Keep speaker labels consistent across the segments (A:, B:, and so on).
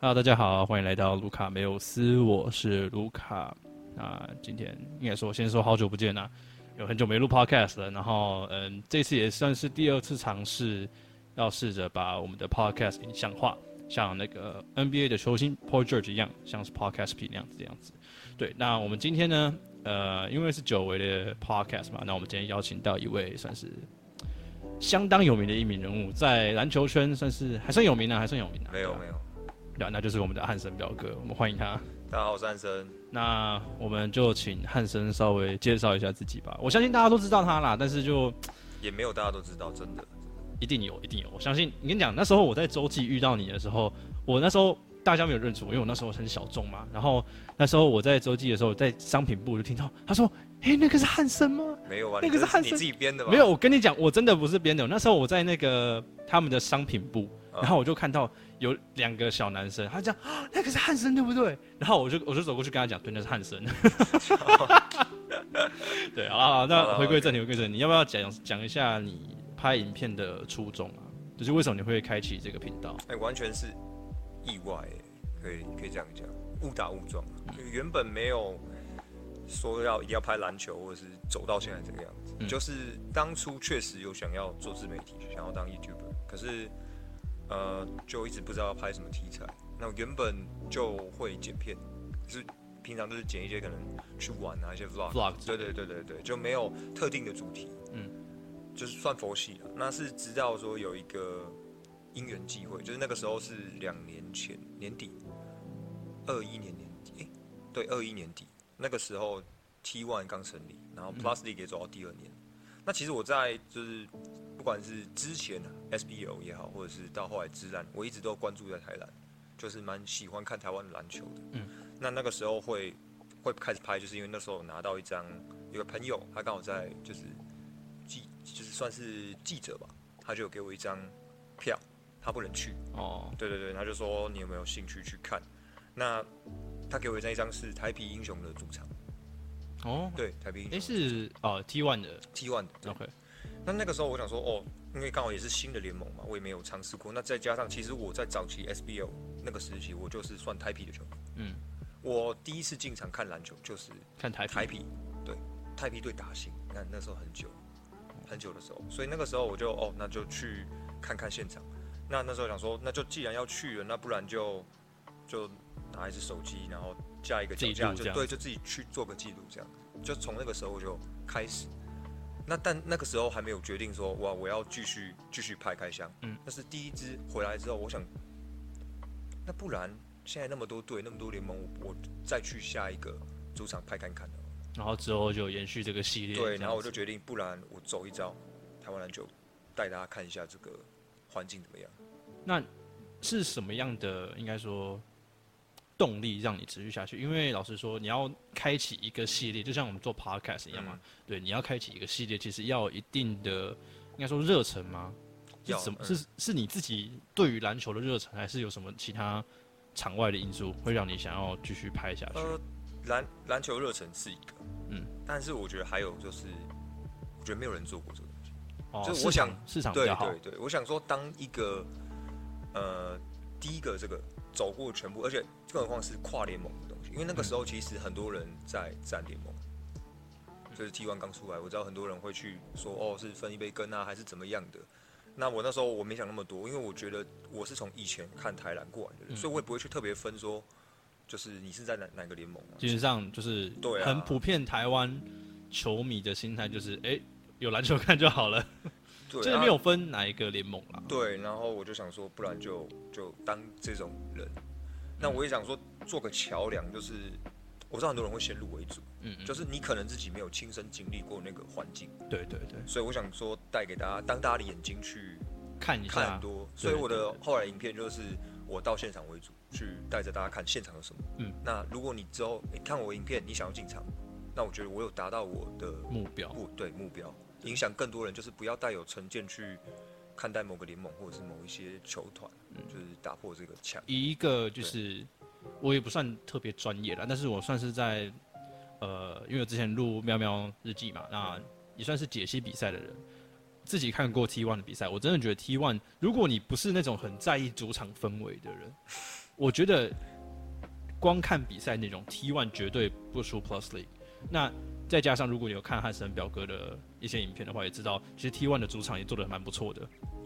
A: Hello，大家好，欢迎来到卢卡没有斯，我是卢卡。那今天应该说先说好久不见啦、有很久没录 podcast 了。然后嗯，这次也算是第二次尝试，要试着把我们的 podcast 影像化，像那个 NBA 的球星 Paul George 一样，像是 podcast P 那样子这样子。对，那我们今天呢，呃，因为是久违的 podcast 嘛，那我们今天邀请到一位算是相当有名的一名人物，在篮球圈算是还算有名啊，还算有名啊。
B: 没有
A: 对啊
B: 没有，
A: 对啊，那就是我们的汉森表哥，我们欢迎他。
B: 大家好，我是安生。
A: 那我们就请汉森稍微介绍一下自己吧。我相信大家都知道他啦，但是就
B: 也没有大家都知道，真的。
A: 一定有，一定有。我相信你跟你讲，那时候我在洲际遇到你的时候，我那时候大家没有认出我，因为我那时候很小众嘛。然后那时候我在洲际的时候，在商品部就听到他说：“诶，那个是汉森吗？”
B: 没有啊，
A: 那
B: 你
A: 个是
B: 这
A: 汉
B: 你
A: 森
B: 自己编的吧？
A: 没有，，我跟你讲，我真的不是编的。那时候我在那个他们的商品部，
B: 嗯
A: 然后我就看到有两个小男生，他讲、啊、那个是汉森对不对？然后我就我就走过去跟他讲，对，那是汉 森。对，好了，好啦
B: 好
A: 那
B: 啦
A: 回归正题，回归正题，你要不要讲讲一下你拍影片的初衷啊？就是为什么你会开启这个频道？
B: 哎、完全是意外、欸，可以可以这样讲，误打误撞。啊
A: 嗯
B: 原本没有说要一定要拍篮球，或者是走到现在这个样子。
A: 嗯
B: 就是当初确实有想要做自媒体，想要当 YouTuber，可是呃，就一直不知道要拍什么题材。那我原本就会剪片，就是平常都是剪一些可能去玩啊一些 vlog。
A: vlog
B: 对对对对对，就没有特定的主题，
A: 嗯
B: 嗯，就是算佛系了。那是直到说有一个因缘机会，就是那个时候是两年前年底，二一年年底，诶，对，二一年底那个时候 T One 刚成立，然后 Plus League 也走到第二年。那其实我在就是不管是之前啊 SBL 也好，或者是到后来直篮，我一直都关注在台篮，就是蛮喜欢看台湾的篮球的。
A: 嗯，
B: 那那个时候会会开始拍，就是因为那时候我拿到一张有个朋友，他刚好在就是记就是算是记者吧，他就有给我一张票，他不能去，
A: 哦，
B: 对对对，他就说你有没有兴趣去看？那他给我那一张是台啤英雄的主场，
A: 哦，
B: 对，台啤英
A: 诶，
B: 雄
A: 是哦 T one 的
B: T One 的。对
A: ，OK，
B: 那那个时候我想说，哦，因为刚好也是新的联盟嘛，我也没有尝试过。那再加上，其实我在早期 SBL 那个时期，我就是算台啤的球迷。
A: 嗯，
B: 我第一次进场看篮球就是
A: 看台
B: 台
A: 台
B: 啤，对，台啤队打新，那那时候很久，
A: 哦
B: 很久的时候，所以那个时候我就哦，那就去看看现场。那那时候想说，那就既然要去了，那不然就就拿一只手机，然后架一个脚
A: 自
B: 架，
A: 己录这
B: 就
A: 样
B: 对，就自己去做个记录，这样。就从那个时候我就开始。那但那个时候还没有决定说，哇，我要继续继续拍开箱。
A: 嗯，
B: 那是第一支回来之后，我想，那不然现在那么多队，那么多联盟，我我再去下一个主场拍看看好了
A: 然后之后就延续这个系列这样
B: 对，
A: 子，
B: 然后我就决定，不然我走一遭台湾篮球，带大家看一下这个环境怎么样。
A: 那是什么样的应该说动力让你持续下去？因为老实说，你要开启一个系列，就像我们做 podcast 一样嘛，
B: 嗯
A: 对，你要开启一个系列，其实要有一定的应该说热忱吗？是
B: 要
A: 怎么、
B: 嗯
A: 是是你自己对于篮球的热忱，还是有什么其他场外的因素会让你想要继续拍下去？
B: 呃，篮篮球热忱是一个，
A: 嗯
B: 嗯，但是我觉得还有就是，我觉得没有人做过这个东西。
A: 哦，
B: 就是
A: 市
B: 我想
A: 场市场比
B: 对
A: 较好，
B: 对对，我想说，当一个呃第一个这个走过全部，而且更何况是跨联盟的东西，因为
A: 嗯
B: 那个时候其实很多人在站联盟。就是 T1 刚出来，我知道很多人会去说哦，是分一杯羹啊，还是怎么样的。那我那时候我没想那么多，因为我觉得我是从以前看台篮过来的人，
A: 嗯
B: 所以我也不会去特别分说，就是你是在哪哪个联盟、啊。
A: 基本上就是
B: 对啊
A: 很普遍台湾球迷的心态就是，哎、有篮球看就好了，
B: 对，
A: 就是
B: 啊
A: 没有分哪一个联盟啦。
B: 对，然后我就想说，不然就就当这种人。那我也想说，做个桥梁，就是我知道很多人会先入为主，
A: 嗯，嗯
B: 就是你可能自己没有亲身经历过那个环境，
A: 对对对，
B: 所以我想说带给大家，当大家的眼睛去
A: 看一
B: 看
A: 下
B: 很，多。
A: 对
B: 所以我
A: 对
B: 的
A: 对
B: 后来影片就是我到现场为主，去带着大家看现场有什么。
A: 嗯，
B: 那如果你之后你看我影片，你想要进场，那我觉得我有达到我的
A: 目标。
B: 目对目标，影响更多人，就是不要带有成见去看待某个联盟或者是某一些球团，
A: 嗯
B: 就是打破这个墙。
A: 以一个就是我也不算特别专业了，但是我算是在呃，因为我之前录喵喵日记嘛，那也算是解析比赛的人。自己看过 T1 的比赛，我真的觉得 T1，如果你不是那种很在意主场氛围的人，我觉得光看比赛内容，T One 绝对不输 Plus League。那再加上如果你有看汉森表哥的一些影片的话，也知道其实 T One 的主场也做的蛮不错的。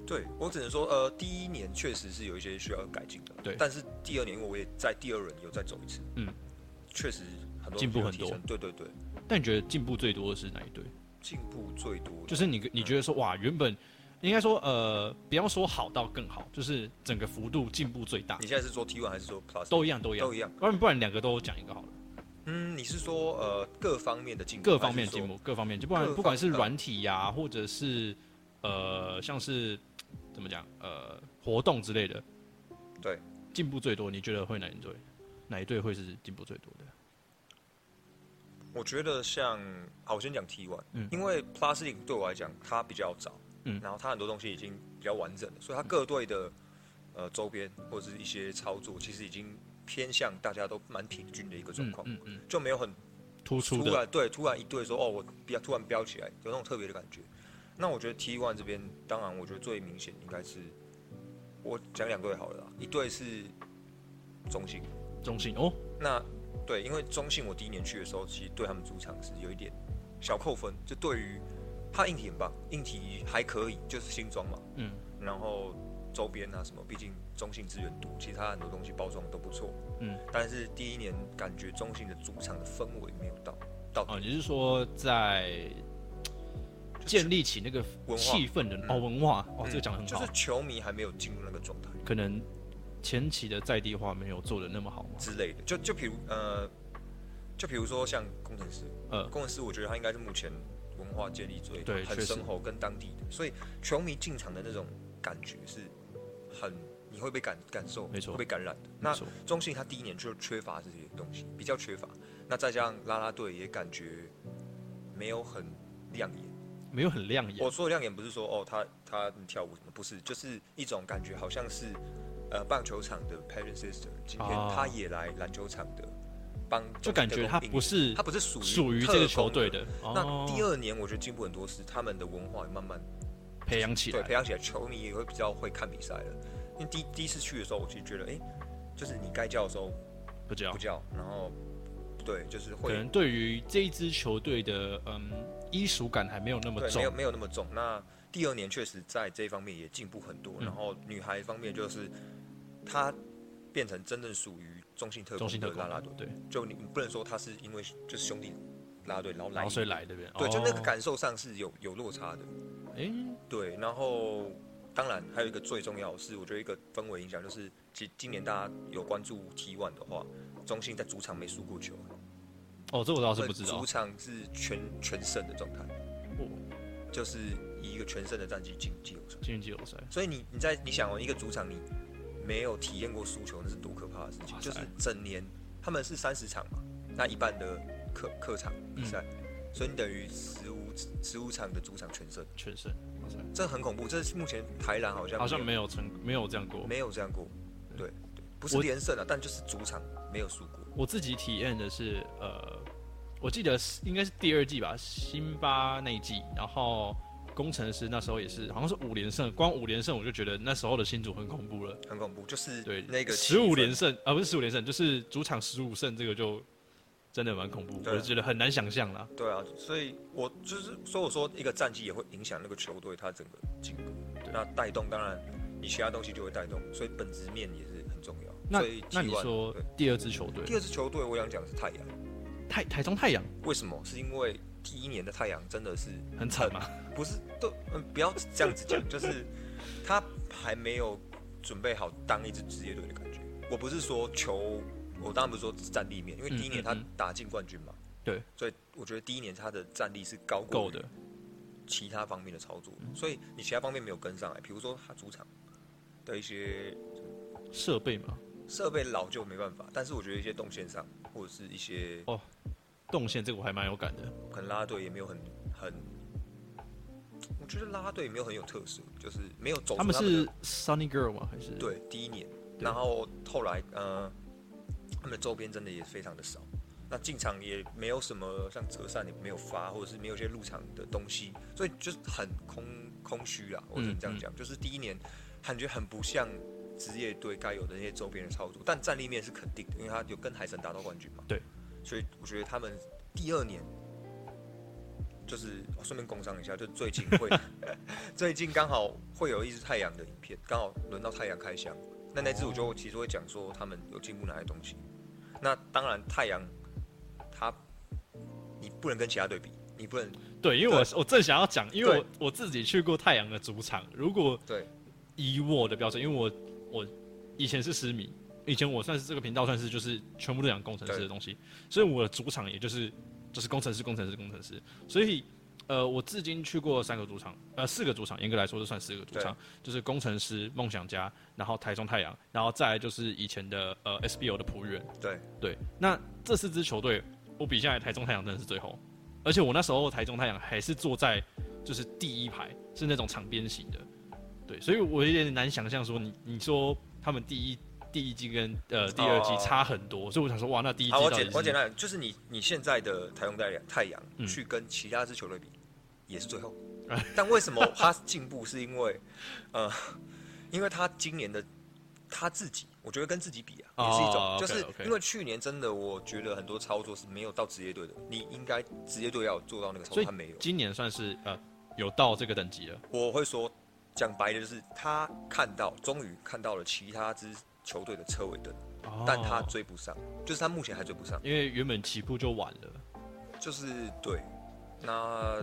B: 对我只能说，呃，第一年确实是有一些需要改进的，
A: 对
B: 但是第二年，因为我也在第二轮有再走一次，
A: 嗯，
B: 确实很多
A: 进步
B: 有
A: 很
B: 提
A: 多
B: 升对对对，
A: 但你觉得进步最多的是哪一队？
B: 进步最多的
A: 就是你你觉得说哇，原本应该说呃，不要说好到更好，就是整个幅度进步最大
B: 你，现在是说 T one 还是说 Plus
A: 都一样都一样
B: 都。一样？
A: 不然不然两个都讲一个好了，
B: 嗯，你是说呃各方面的进步，
A: 各方面
B: 还是
A: 进
B: 说？
A: 步，各方面就不管
B: 各
A: 不管
B: 方
A: 是
B: 呃
A: 软体呀、或者是呃像是怎么讲呃活动之类的，
B: 对，
A: 进步最多，你觉得会哪一队？哪一队会是进步最多的？嗯
B: 我觉得像好，我先讲 T one，
A: 嗯
B: 因为 Plus League 对我来讲它比较早，
A: 嗯
B: 然后它很多东西已经比较完整了，所以它各队的呃周边或者是一些操作，其实已经偏向大家都蛮平均的一个状
A: 嗯
B: 况，
A: 嗯嗯，
B: 就没有很
A: 突出
B: 突
A: 的，
B: 然对突然一对说哦，我比较突然飙起来，有那种特别的感觉。那我觉得 T one 这边，当然我觉得最明显应该是我讲两队好了啦，一队是中信，
A: 中性哦，
B: 那对，因为中信我第一年去的时候，其实对他们主场是有一点小扣分，就对于他硬体很棒，硬体还可以，就是新装嘛，
A: 嗯，
B: 然后周边啊什么，毕竟中信资源多，其实它很多东西包装得都不错，
A: 嗯，
B: 但是第一年感觉中信的主场的氛围没有到到底
A: 哦，你是说在
B: 就是
A: 建立起那个
B: 文化
A: 气氛的哦
B: 嗯
A: 文化哦，
B: 嗯
A: 这个讲得很
B: 就
A: 好
B: 是，球迷还没有进入那个状态
A: 可能前期的在地化没有做的那么好嘛，
B: 之类的。就就比如呃，就比如说像工程师，
A: 呃
B: 工程师我觉得他应该是目前文化建立最
A: 对
B: 很
A: 确实
B: 深厚跟当地的，所以球迷进场的那种感觉是很你会被感感受，
A: 没错
B: 会被感染的。
A: 没
B: 那
A: 错
B: 中信他第一年就缺乏这些东西，比较缺乏。那再加上啦啦队也感觉没有很亮眼。
A: 没有很亮眼
B: 我，说的亮眼不是说哦，他他很跳舞什么，不是，就是一种感觉，好像是呃棒球场的 parent sister，今天
A: 哦
B: 他也来篮球场的帮，
A: 就感觉他不是
B: 他不是属于
A: 属于这个
B: 特工
A: 球队
B: 的。
A: 的。
B: 那
A: 哦，
B: 第二年我觉得进步很多是他们的文化也慢慢
A: 培养起
B: 对
A: 来，嗯
B: 培养起来，球迷也会比较会看比赛了。因为第第一次去的时候，我其实觉得哎、诶就是你该叫的时候
A: 不知道
B: 不，叫，然后对，就是
A: 哦可
B: 会
A: 能对于这一支球队的嗯依属感还没有那么
B: 对，
A: 重
B: 没有。没有那么重。那第二年确实在这一方面也进步很多，
A: 嗯
B: 然后女孩方面就是她变成真正属于中性特
A: 中
B: 工
A: 性
B: 的
A: 特工
B: 啦啦队，
A: 对，
B: 就你你不能说她是因为就是兄弟啦啦队，然后
A: 然
B: 来
A: 后所以来这边，
B: 对，就那个
A: 哦，
B: 感受上是有有落差的，
A: 诶，
B: 对。然后当然还有一个最重要的是，我觉得一个氛围影响就是，其实今年大家有关注 T one 的话，中性在主场没输过球，
A: 哦，这我倒是不知道
B: 主，场是全全胜的状态，
A: 哦
B: 就是以一个全胜的战绩进季后赛。
A: 进入季后赛，
B: 所以你你在你想哦，一个主场你没有体验过输球，那是多可怕的事情。
A: 哇
B: 就
A: 塞
B: 是整年他们是三十场嘛，那一半的客客场比赛，
A: 嗯
B: 所以你等于十五十五场的主场全胜，
A: 全胜，哇塞
B: 这很恐怖。这是目前台南好像
A: 好像没有成，没有这样过。嗯
B: 没有这样过，对对，不是
A: 我
B: 连胜啊，但就是主场没有输过。
A: 我自己体验的是，呃，我记得是应该是第二季吧，辛巴那一季，然后工程师那时候也是，好像是五连胜，光五连胜我就觉得那时候的新主很恐怖了。
B: 很恐怖，就是
A: 对，
B: 那个
A: 十
B: 气
A: 五
B: 氛
A: 连胜，啊，不是十五连胜，就是主场十五胜，这个就真的蛮恐怖，
B: 对啊
A: 我就觉得很难想象啦。
B: 对啊，所以我就是，所以我说一个战绩也会影响那个球队它整个进攻
A: 对，
B: 那带动当然你其他东西就会带动，所以本质面也是很重要。
A: 那
B: 所以
A: 那你
B: T1
A: 说
B: 对
A: 第二支球队
B: 第二支球队，我想讲的是太阳，
A: 太台中太阳
B: 为什么？是因为第一年的太阳真的是
A: 很惨嘛？
B: 不是都嗯不要这样子讲， 就是他还没有准备好当一支职业队的感觉。我不是说球，我当然不是说战力面，因为第一年他
A: 嗯嗯嗯
B: 打进冠军嘛，
A: 对，
B: 所以我觉得第一年他的战力是高过
A: 够
B: 于
A: 的，嗯
B: 其他方面的操作，所以你其他方面没有跟上来，比如说他主场的一些
A: 设备嘛，
B: 设备老旧没办法，但是我觉得一些动线上或者是一些
A: 哦动线这个我还蛮有感的。
B: 可能拉拉队也没有很很，我觉得拉拉队也没有很有特色，就是没有走出
A: 他们
B: 的
A: 是 Sunny Girl 吗？还是
B: 对第一年，
A: 对
B: 然后后来呃，他们的周边真的也非常的少，那进场也没有什么像折扇也没有发，或者是没有一些入场的东西，所以就是很空空虚啊，我只能这样讲，就是第一年感觉很不像职业队该有的那些周边的操作，但战力面是肯定的，因为他有跟海神打到冠军嘛。
A: 对，
B: 所以我觉得他们第二年就是哦顺、便工商一下，就最近会最近刚好会有一支太阳的影片，刚好轮到太阳开箱，那那支我就其实会讲说他们有进步哪些东西。那当然太阳他你不能跟其他队比，你不能
A: 对，因为我我正想要讲，因为
B: 对
A: 我我自己去过太阳的主场，如果
B: 对
A: 以我的标准，因为我我以前是十米，以前我算是这个频道算是就是全部都讲工程师的
B: 对
A: 东西，所以我的主场也就是就是工程师、工程师、工程师，所以呃，我至今去过三个主场，呃，四个主场，严格来说就算四个主场，就是工程师、梦想家，然后台中太阳，然后再来就是以前的呃 SBO 的璞园，
B: 对
A: 对，那这四支球队，我比下来台中太阳真的是最后，而且我那时候台中太阳还是坐在就是第一排，是那种场边型的，对，所以我有点难想象说你你说他们第一第一季跟呃第二季
B: 哦
A: 差很多，所以我想说哇，那第一季
B: 好，我
A: 到底
B: 简
A: 是
B: 我简单讲，就是你你现在的台中太阳太阳、
A: 嗯
B: 去跟其他支球队比，也是最后。 但为什么他进步？是因为，呃，因为他今年的他自己，我觉得跟自己比啊，也是一种，
A: 哦
B: 就
A: OK，
B: 是
A: OK
B: 因为去年真的，我觉得很多操作是没有到职业队的，你应该职业队要有做到那个
A: 所
B: 操作，
A: 以
B: 他没有。
A: 今年算是呃有到这个等级了，
B: 我会说，讲白的就是他看到，终于看到了其他支球队的车尾灯，但他
A: 哦
B: 追不上，就是他目前还追不上。
A: 因为原本起步就晚了，
B: 就是对，那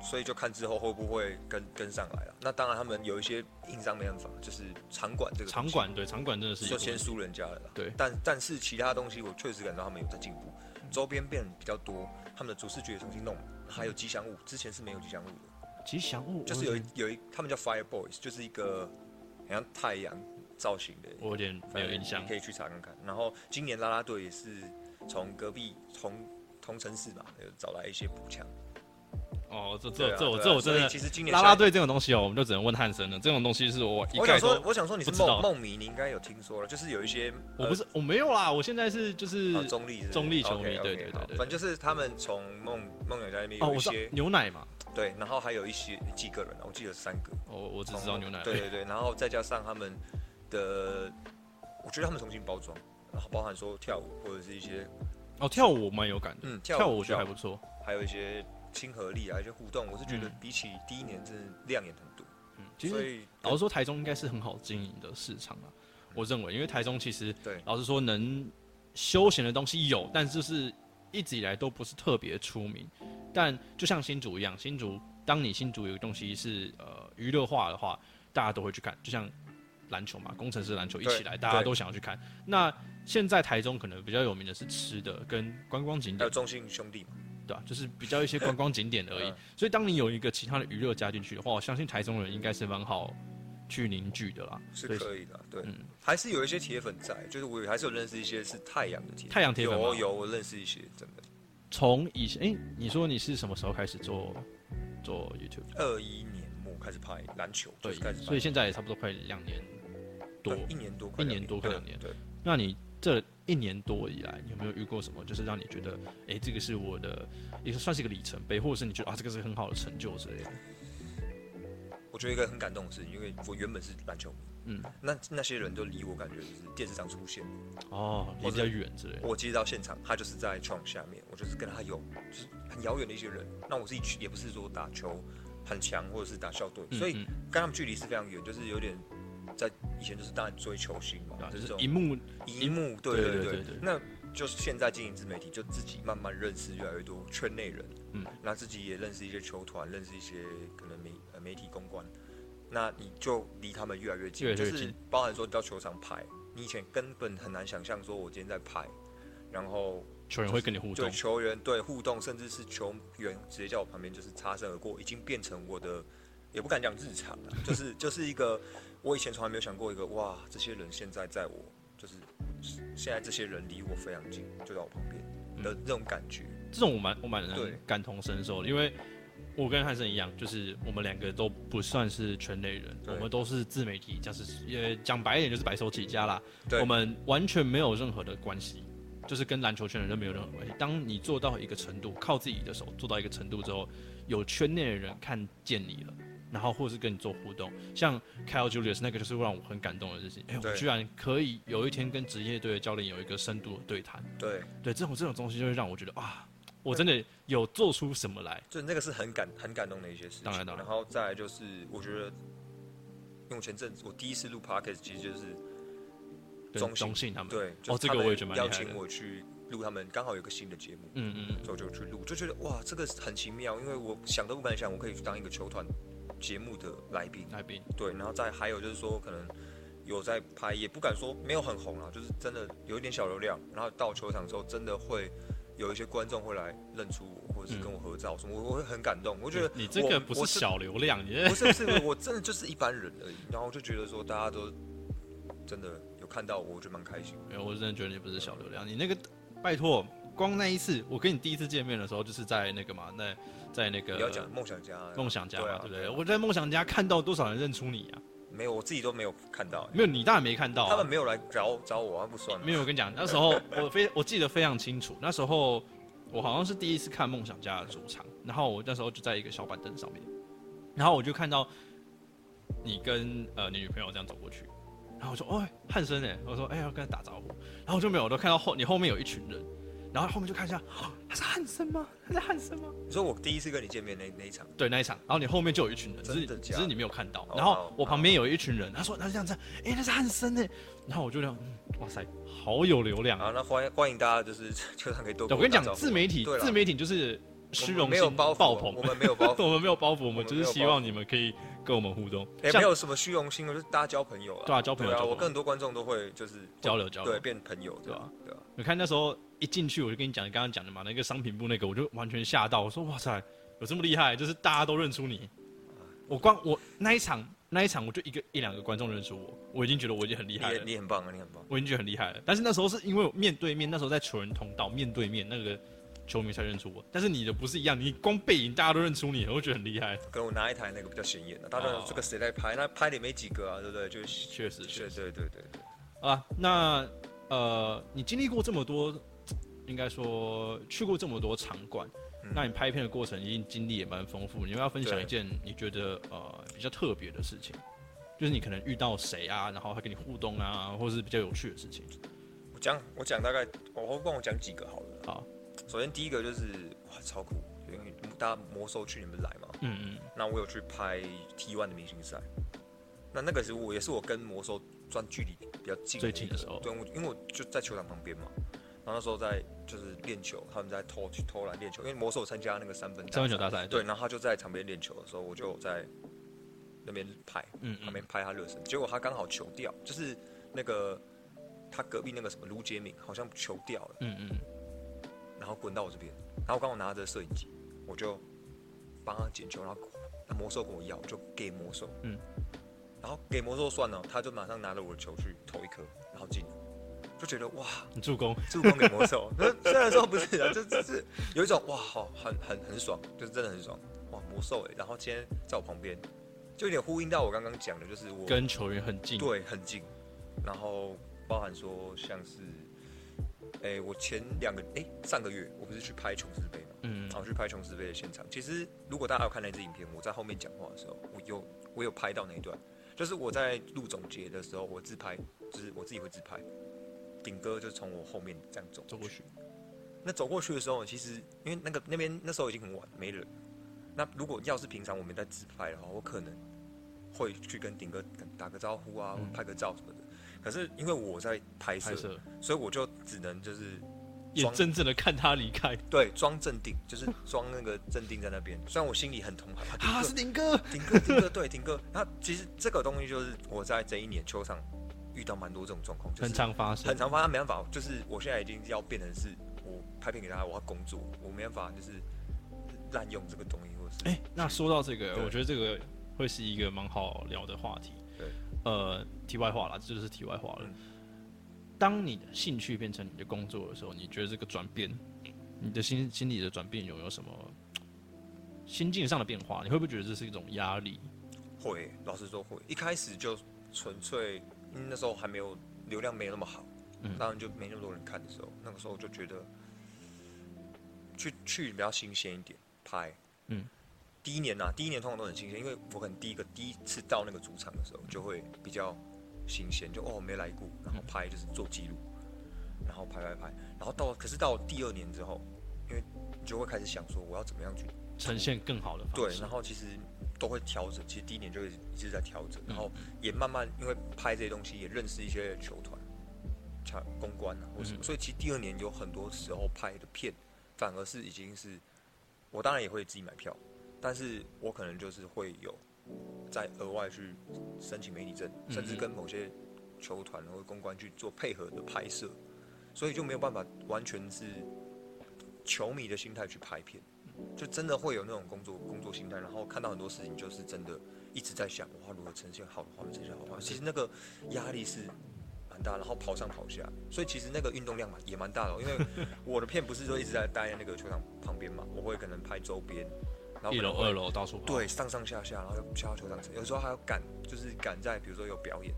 B: 所以就看之后会不会跟跟上来了。那当然，他们有一些硬伤没办法，就是场馆这个东
A: 场
B: 西
A: 馆对场馆真的是一
B: 就
A: 个
B: 先
A: 问题
B: 输人家了啦。
A: 对嗯
B: 但但是其他东西我确实感到他们有在进步，周边变比较多，他们的主视觉也重新弄，还有吉祥物，之前是没有吉祥物的，
A: 吉祥物
B: 就是
A: 我
B: 有一有一他们叫 Fire Boys，就是一个很像太阳造型的
A: 我有点没有印象
B: 你可以去查看看。然后今年啦啦队也是从隔壁同同城市嘛，有找来一些补强。
A: 哦，这
B: 对
A: 这
B: 啊
A: 这我
B: 对啊
A: 这我真
B: 所以
A: 的
B: 其实今年
A: 啦
B: 夏
A: 啦
B: 天，
A: 队这种东西哦，我们就只能问汉森了。这种东西是我一
B: 我
A: 概
B: 想
A: 都
B: 说，我想说你是
A: 不知道
B: 梦梦迷，你应该有听说了，就是有一些
A: 我不是我没有啦，我现在是就是
B: 呃啊中立是不是
A: 中立球迷
B: OK，OK，
A: 对对对
B: 好
A: 对对
B: 反正就是他们从梦梦友家那边
A: 哦，
B: 有
A: 我
B: 一
A: 知道
B: 些
A: 牛奶嘛，
B: 对，然后还有一些几个人啊，我记得三个，
A: 哦，我只知道牛奶。
B: 对对对，然后再加上他们的，我觉得他们重新包装，然后包含说跳舞或者是一些
A: 哦，跳舞我蛮有感的，
B: 嗯跳舞
A: 跳舞我觉得还
B: 跳舞
A: 不错。
B: 还有一些亲和力啊，一些互动，我是觉得比起第一年真的亮眼很多。
A: 嗯，其
B: 所
A: 实
B: 以
A: 老实说，台中应该是很好经营的市场啊，我认为，因为台中其实
B: 对
A: 老实说能休闲的东西有，但就是一直以来都不是特别出名。但就像新竹一样，新竹当你新竹有个东西是呃娱乐化的话，大家都会去看，就像篮球嘛，工程师篮球一起来，
B: 对
A: 大家
B: 对
A: 都想要去看。那现在台中可能比较有名的是吃的跟观光景
B: 还有
A: 点，
B: 中信兄弟嘛，
A: 对吧、就是比较一些观光景点而已
B: 嗯。
A: 所以当你有一个其他的娱乐加进去的话，我相信台中人应该是蛮好去凝聚的啦。
B: 是
A: 对
B: 可以的啊，对
A: 嗯，
B: 还是有一些铁粉在，就是我有还是有认识一些是太阳的铁
A: 太阳铁粉
B: 有哦
A: 吗
B: 有我认识一些，真的
A: 从以前，哎、你说你是什么时候开始做做 YouTube？
B: 二一年末开始拍篮球，就
A: 对
B: 是开，始
A: 所以
B: 拍
A: 现在也差不多快两年多
B: 对。一年多，
A: 一年多快两
B: 对
A: 年
B: 对，
A: 那你这一年多以来，你有没有遇过什么，就是让你觉得，哎、这个是我的，也算是一个里程碑，或者是你觉得啊，这个是很好的成就之类的？
B: 我觉得一个很感动的事情，因为我原本是篮球迷，
A: 嗯，
B: 那那些人都离我感觉就是电视上出现，
A: 哦，离
B: 或
A: 比
B: 者
A: 较远之类的。
B: 我接到现场，他就是在窗下面，我就是跟他有就是很遥远的一些人，那我自己去也不是说打球很强或者是打校队，
A: 嗯
B: 所以
A: 嗯
B: 跟他们距离是非常远，就是有点在以前就是当然追球星嘛
A: 对啊，
B: 就
A: 就是
B: 这
A: 是
B: 种
A: 荧幕
B: 荧幕，对
A: 对
B: 对
A: 对
B: 对
A: 对对
B: 那就是现在经营自媒体，就自己慢慢认识越来越多圈内人，
A: 嗯，
B: 那自己也认识一些球团，认识一些可能媒呃媒体公关，那你就离他们越来越近，
A: 越来越
B: 就是
A: 近
B: 包含说到球场拍，你以前根本很难想象说我今天在拍，然后
A: 球员会跟你互
B: 对
A: 动，
B: 球员对互动，甚至是球员直接在我旁边就是擦身而过，已经变成我的，也不敢讲日常了，就是就是一个我以前从来没有想过一个哇，这些人现在在我就是现在这些人离我非常近，就在我旁边
A: 嗯
B: 的那种感觉。
A: 这种我蛮我蛮
B: 对
A: 能感同身受的，因为我跟汉森一样，就是我们两个都不算是圈内人，
B: 对
A: 我们都是自媒体，就是也讲白一点就是白手起家啦。
B: 对
A: 我们完全没有任何的关系，就是跟篮球圈的人没有任何关系。当你做到一个程度，靠自己的手做到一个程度之后，有圈内的人看见你了，然后或是跟你做互动。像 Kyle Julius 那个就是让我很感动的事情，哎、我
B: 嗯对
A: 居然可以有一天跟职业队的教练有一个深度的对谈。
B: 对，
A: 对，这种这种东西就会让我觉得啊，我真的有做出什么来。
B: 就那个是很感很感动的一些事情。
A: 当然当然
B: 然后再来就是，我觉得，因为我前阵子我第一次录 podcast，其实就是
A: 对
B: 中性
A: 中性他们，
B: 对，就是
A: 哦这个
B: 他们
A: 我也觉得蛮厉害
B: 邀
A: 的
B: 请我去录他们刚好有个新的节目，
A: 嗯嗯嗯，
B: 所以我就去录，就觉得哇，这个很奇妙，因为我想都不敢想，我可以去当一个球团节目的来宾。
A: 来宾，
B: 对，然后再还有就是说，可能有在拍，也不敢说没有很红啊，就是真的有一点小流量。然后到球场之后，真的会有一些观众会来认出我，或者是跟我合照什么，我我会很感动。我觉得
A: 你这个
B: 我
A: 不
B: 我
A: 是小流量，你这
B: 不是不是，我真的就是一般人而已。然后就觉得说，大家都真的有看到我，我觉得蛮开心的。
A: 没有，我真的觉得你不是小流量，你那个拜托，光那一次，我跟你第一次见面的时候，就是在那个嘛，那在那个
B: 你要讲梦想家，
A: 呃梦想家嘛，对
B: 对啊
A: 不
B: 对
A: 对？
B: 啊
A: 我在梦想家看到多少人认出你啊？
B: 没有，我自己都没有看到、
A: 没有，你当然没看到、
B: 他
A: 啊
B: 们。没有来找找我，啊，不算啊。
A: 没有，我跟你讲，那时候我非我记得非常清楚，那时候我好像是第一次看梦想家的主场，然后我那时候就在一个小板凳上面，然后我就看到你跟呃你女朋友这样走过去，然后我说：“哦，汉森哎！”我说：“哎、要跟他打招呼。”然后我就没有，我都看到后你后面有一群人，然后后面就看一下，哦，他是汉森吗？他是汉森吗？
B: 你说我第一次跟你见面那那一场，
A: 对，那一场，然后你后面就有一群人，只是
B: 哦真的
A: 只
B: 假的
A: 是你没有看到。
B: 哦
A: 然后我旁边有一群人，他说他是这样子，哎、那是汉森哎，然后我就这样，嗯哇塞，好有流量啊！
B: 啊，那欢迎欢迎大家，就是 球场可以多
A: 对
B: 跟
A: 我跟你
B: 打
A: 讲
B: 招，呼
A: 自媒体
B: 对，啦
A: 自媒体就是虚
B: 我
A: 荣
B: 们没有
A: 心
B: 包袱啊
A: 爆棚
B: 我，们没有包 袱，
A: 我们没有包袱，我
B: 我
A: 们
B: 们
A: 只是
B: 没有
A: 希
B: 包
A: 望你们可以跟我们互动，
B: 也
A: 像
B: 没有什么虚荣心，就是大家交朋友啊，
A: 对啊交朋友
B: 对啊，
A: 交朋友
B: 我跟很多观众都会就是
A: 交流交流
B: 对，。变朋友，对吧？对啊，
A: 你看那时候一进去，我就跟你讲，你刚刚讲的嘛，那个商品部那个，我就完全吓到，我说哇塞，有这么厉害，就是大家都认出你。我光我那一场那一场，我就一个一两个观众认出我，我已经觉得我已经很厉
B: 你
A: 害
B: 也
A: 了，
B: 你很棒啊，你很棒，
A: 我已经觉得很厉害了。但是那时候是因为我面对面，那时候在球员通道面对面，那个球迷才认出我。但是你的不是一样，你光背影大家都认出你，我就觉得很厉害。
B: 可能我拿一台那个比较显眼的，大家都
A: 哦
B: 说这个谁在拍？那拍的也没几个啊，对不对？就是
A: 确实，确
B: 对
A: 实。
B: 对对对，对
A: 啊，那呃，你经历过这么多，应该说去过这么多场馆，
B: 嗯
A: 那你拍片的过程一定经历也蛮丰富。你要不要分享
B: 对
A: 一件你觉得呃比较特别的事情？就是你可能遇到谁啊，然后他跟你互动啊，或是比较有趣的事情。
B: 我讲我讲大概，我帮我讲几个好了。
A: 好，
B: 首先第一个就是哇，超酷，因为大家魔兽去你们来嘛，
A: 嗯嗯，
B: 那我有去拍 T One 的明星赛，那那个时候我也是我跟魔兽算距离比较近
A: 最
B: 一
A: 近
B: 个
A: 的时候
B: 对，我因为我就在球场旁边嘛，然后那时候在就是练球，他们在偷去偷篮练球，因为魔兽有参加那个三分
A: 三分球
B: 赛
A: 大赛，
B: 对，，然后他就在场边练球的时候，我就在那边拍，
A: 嗯
B: 旁
A: 嗯
B: 边拍他热身，结果他刚好球掉，就是那个他隔壁那个什么卢杰敏好像球掉了，
A: 嗯嗯，
B: 然后滚到我这边，然后刚好拿着摄影机，我就帮他捡球，然后那魔兽跟我要，我就给魔兽，
A: 嗯，
B: 然后给魔兽算了，他就马上拿着我的球去投一颗，然后进了，就觉得哇，
A: 你助攻，
B: 助攻给魔兽，那虽然说不是啊，就就是有一种哇，好很很很爽，就是真的很爽，哇，魔兽哎、然后今天在我旁边，就有点呼应到我刚刚讲的，就是我
A: 跟球员很近，
B: 对，很近。然后包含说像是，哎、我前两个哎、上个月我不是去拍琼斯杯嘛，
A: 嗯
B: 然后去拍琼斯杯的现场。其实如果大家有看那支影片，我在后面讲话的时候，我有我有拍到那一段，就是我在录总结的时候，我自拍，就是我自己会自拍。顶哥就从我后面这样走
A: 走过去，
B: 那走过去的时候，其实因为那个那边那时候已经很晚，没人。那如果要是平常我们在自拍的话，我可能会去跟顶哥打个招呼啊，
A: 嗯
B: 拍个照什么的。可是因为我在拍摄
A: 拍，摄，
B: 所以我就只能就是
A: 眼
B: 装
A: 睁睁的看他离开，
B: 对装镇定，就是装那个镇定在那边。虽然我心里很痛，啊
A: 啊，是林哥，
B: 顶哥，顶哥，对，顶哥。那其实这个东西就是我在这一年球场遇到蛮多这种状况，就
A: 很
B: 是
A: 常发生
B: 很，常发生，没办法，就是我现在已经要变成是我拍片给大家，我要工作，我没办法就是滥用这个东西，或者是、
A: 哎、那说到这个，
B: 对
A: 我觉得这个会是一个蛮好聊的话题。
B: 对，
A: 呃，题外话啦，这就是题外话了。
B: 嗯
A: 当你的兴趣变成你的工作的时候，你觉得这个转变，你的心心理的转变有没有什么心境上的变化？你会不会觉得这是一种压力？
B: 会，老实说会。一开始就纯粹，因为那时候还没有流量没有那么好，
A: 嗯
B: 当然就没那么多人看的时候，那个时候就觉得去去比较新鲜一点拍，
A: 嗯，
B: 第一年呐、第一年通常都很新鲜，因为我可能第一个第一次到那个主场的时候就会比较新鲜，就哦没来过，然后拍就是做记录，然后拍拍拍，然后到可是到第二年之后，因为你就会开始想说我要怎么样去
A: 呈现更好的方
B: 对，
A: 式
B: 然。后其实都会调整，其实第一年就一直一直在调整，然后
A: 嗯
B: 也慢慢因为拍这些东西也认识一些球团、球公关啊或什么，
A: 嗯
B: 所以其实第二年有很多时候拍的片反而是已经是，我当然也会自己买票，但是我可能就是会有再额外去申请媒体证，
A: 嗯
B: 甚至跟某些球团或者公关去做配合的拍摄，所以就没有办法完全是球迷的心态去拍片。就真的会有那种工作工作心态，然后看到很多事情，就是真的一直在想，我要如何呈现好的画面，呈现好的画面。其实那个压力是蛮大，然后跑上跑下，所以其实那个运动量嘛也蛮大的哦、因为我的片不是说一直在待在那个球场旁边嘛，我会可能拍周边，然后
A: 一
B: 可能
A: 楼、
B: 会
A: 二楼到处跑。
B: 对，上上下下，然后又下到球场，有时候还要赶，就是赶在比如说有表演，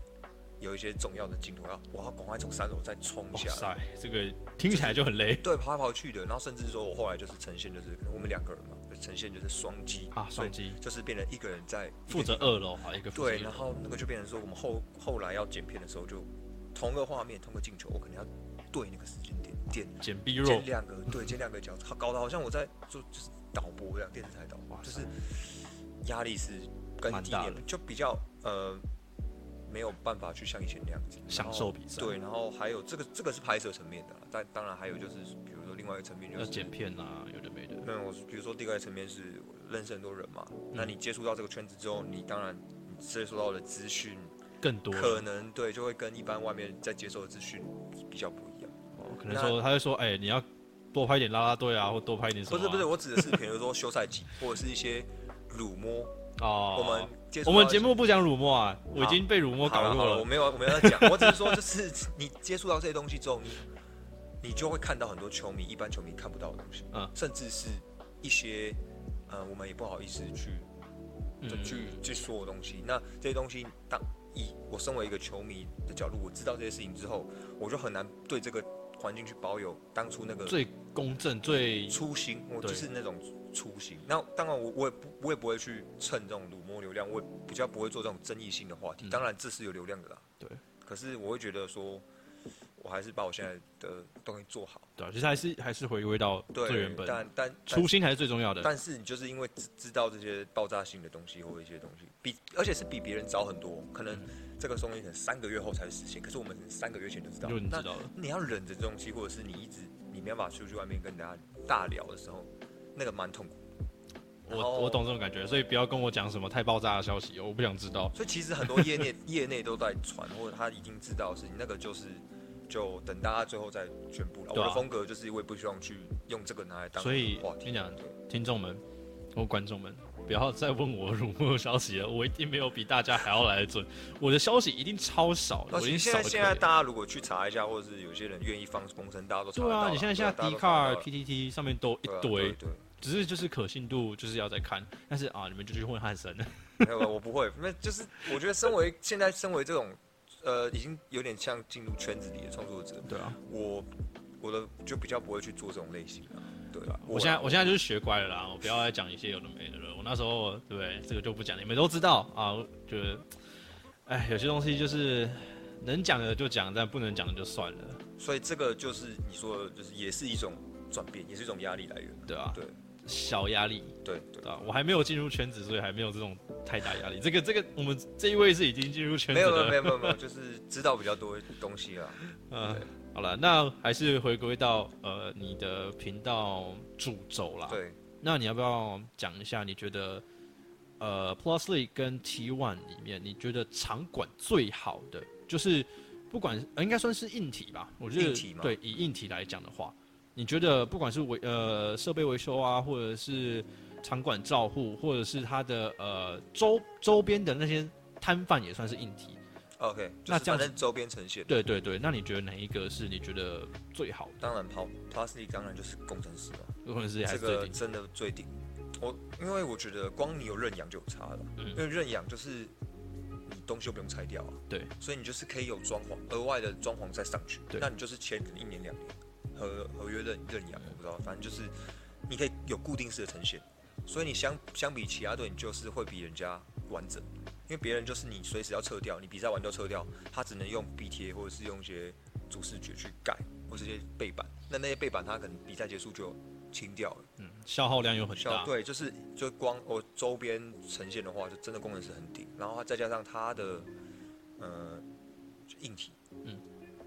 B: 有一些重要的镜头要，我要赶快从三楼再冲
A: 哇
B: 下
A: 哦
B: 来。
A: 塞，这个听起来就很累
B: 对，跑来跑去的，然后甚至说我后来就是呈现就是可能我们两个人嘛，就呈现就是双击
A: 啊！
B: 所以
A: 双击
B: 就是变成一个人在一个
A: 负责二楼啊，一个负责
B: 对，
A: 一楼
B: 然后那个就变成说我们后后来要剪片的时候就同个画面同个镜头，我可能要对那个时间点点
A: 捡 B 肉
B: 剪，两个对剪两个角，好搞得好像我在做就是导播一样，电视台导播
A: 哇，
B: 就
A: 塞
B: 是压力是跟
A: 蛮
B: 第一
A: 大
B: 年
A: 的
B: 就比较呃没有办法去像以前那样子
A: 享受比赛
B: 对，然后还有这个这个是拍摄层面的啦，但当然还有就是比如说另外一个层面就
A: 要
B: 是
A: 剪片啊，有的没的。
B: 没有，我是比如说第二个层面是我认识很多人嘛，那
A: 嗯
B: 你接触到这个圈子之后，你当然你接触到的资讯，
A: 更多
B: 可能对就会跟一般外面在接受的资讯比较不一样。
A: 哦可能
B: 那
A: 说他会说，哎，你要多拍一点啦啦队啊，或多拍一点什么啊。
B: 不是不是，我指的是比如说休赛季或者是一些辱摸，
A: 哦，
B: 我们接触
A: 我
B: 到
A: 们
B: 一
A: 节
B: 些
A: 目不讲辱没啊，我已经被辱没
B: 好
A: 搞
B: 了
A: 过
B: 好了，我
A: 了。
B: 没有我没有要讲，我只是说就是你接触到这些东西之后，你你就会看到很多球迷一般球迷看不到的东西，
A: 嗯
B: 甚至是一些呃我们也不好意思去就去去说的东西。那这些东西，当以我身为一个球迷的角度，我知道这些事情之后，我就很难对这个环境去保有当初那个
A: 最公正、最
B: 初心，我
A: 对
B: 就是那种初心。那当然我，我也不我也不会去蹭这种辱没流量，我也比较不会做这种争议性的话题。
A: 嗯
B: 当然，这是有流量的啦。
A: 对。
B: 可是我会觉得说，我还是把我现在的东西做好。
A: 对啊，其实还是还是回归到
B: 对，
A: 最原本，
B: 但但但
A: 初心还是最重要的。
B: 但是你就是因为知知道这些爆炸性的东西或一些东西，比而且是比别人早很多，可能
A: 嗯
B: 这个东西可能三个月后才实现，可是我们可能三个月前就知道。
A: 就你知
B: 那
A: 道了，
B: 你要忍着这东西，或者是你一直你没办法出去外面跟大家大聊的时候，那个蛮痛苦。然后
A: 我我懂这种感觉，所以不要跟我讲什么太爆炸的消息，我不想知道。
B: 所以其实很多业内 业内都在传，或者他已经知道的事情，那个就是就等大家最后再宣布了。
A: 对啊
B: 我的风格就是我也不希望去用这个拿来当
A: 所以
B: 话题。
A: 跟你讲听众们或观众们，不要再问我辱没消息了，我一定没有比大家还要来得准，我的消息一定超少的，
B: 而
A: 我已
B: 且
A: 经
B: 现
A: 少
B: 在
A: 的
B: 现在大家如果去查一下，或者是有些人愿意放风声，大家都查得
A: 对
B: 到啦。
A: 啊，你现在现在
B: 对啊
A: D
B: 大家
A: car
B: 都查得到啦
A: PTT 上面都一
B: 对啊
A: 堆，
B: 对
A: 只是就是可信度就是要再看，但是啊，你们就去混汉神，
B: 对，没有我不会，那就是我觉得身为现在身为这种呃已经有点像进入圈子里的创作者，
A: 对啊，
B: 我我的就比较不会去做这种类型啊。对啊，
A: 我现在我现在就是学乖了啦，我不要再讲一些有的没的了。我那时候对不对这个就不讲，你们都知道啊。我觉得，哎，有些东西就是能讲的就讲，但不能讲的就算了，
B: 所以这个就是你说的，就是也是一种转变，也是一种压力来源。
A: 对吧、
B: 对啊
A: 小压力，
B: 对
A: 对
B: 对
A: 吧、我还没有进入圈子，所以还没有这种太大压力。这个这个，我们这一位是已经进入圈
B: 没
A: 子
B: 有没有
A: 的
B: 没，有没有没有，就是知道比较多东西啊。
A: 嗯，好了，那还是回归到呃你的频道主轴啦。
B: 对，
A: 那你要不要讲一下？你觉得呃，Plus League 跟 T One 里面，你觉得场馆最好的就是不管呃应该算是硬体吧？我觉得
B: 硬体吗
A: 对，以硬体来讲的话，你觉得不管是维呃设备维修啊，或者是场馆照护，或者是它的呃周周边的那些摊贩也算是硬体。
B: OK，就
A: 那
B: 是
A: 这样
B: 反
A: 子
B: 正周边呈现。
A: 对对对，那你觉得哪一个是你觉得最好的？
B: 当然跑 Plastic 当然就是工程师嘛，
A: 或者是还
B: 这
A: 是最
B: 个
A: 顶？
B: 真的最顶。我因为我觉得光你有认养就有差了，
A: 嗯
B: 因为认养就是你东西又不用拆掉啊，
A: 对，
B: 所以你就是可以有装潢，额外的装潢再上去，
A: 对
B: 那你就是签可能一年两年合合约认认养，我不知道，反正就是你可以有固定式的呈现，所以你相相比其他队，你就是会比人家完整，因为别人就是你随时要撤掉，你比赛完就撤掉，他只能用壁贴或者是用一些主视觉去盖，或是一些背板。那那些背板他可能比赛结束就清掉了。
A: 嗯，消耗量又很
B: 效
A: 大，
B: 对，就是就光我周边呈现的话，就真的功能是很顶。然后它再加上它的呃就硬体，
A: 嗯，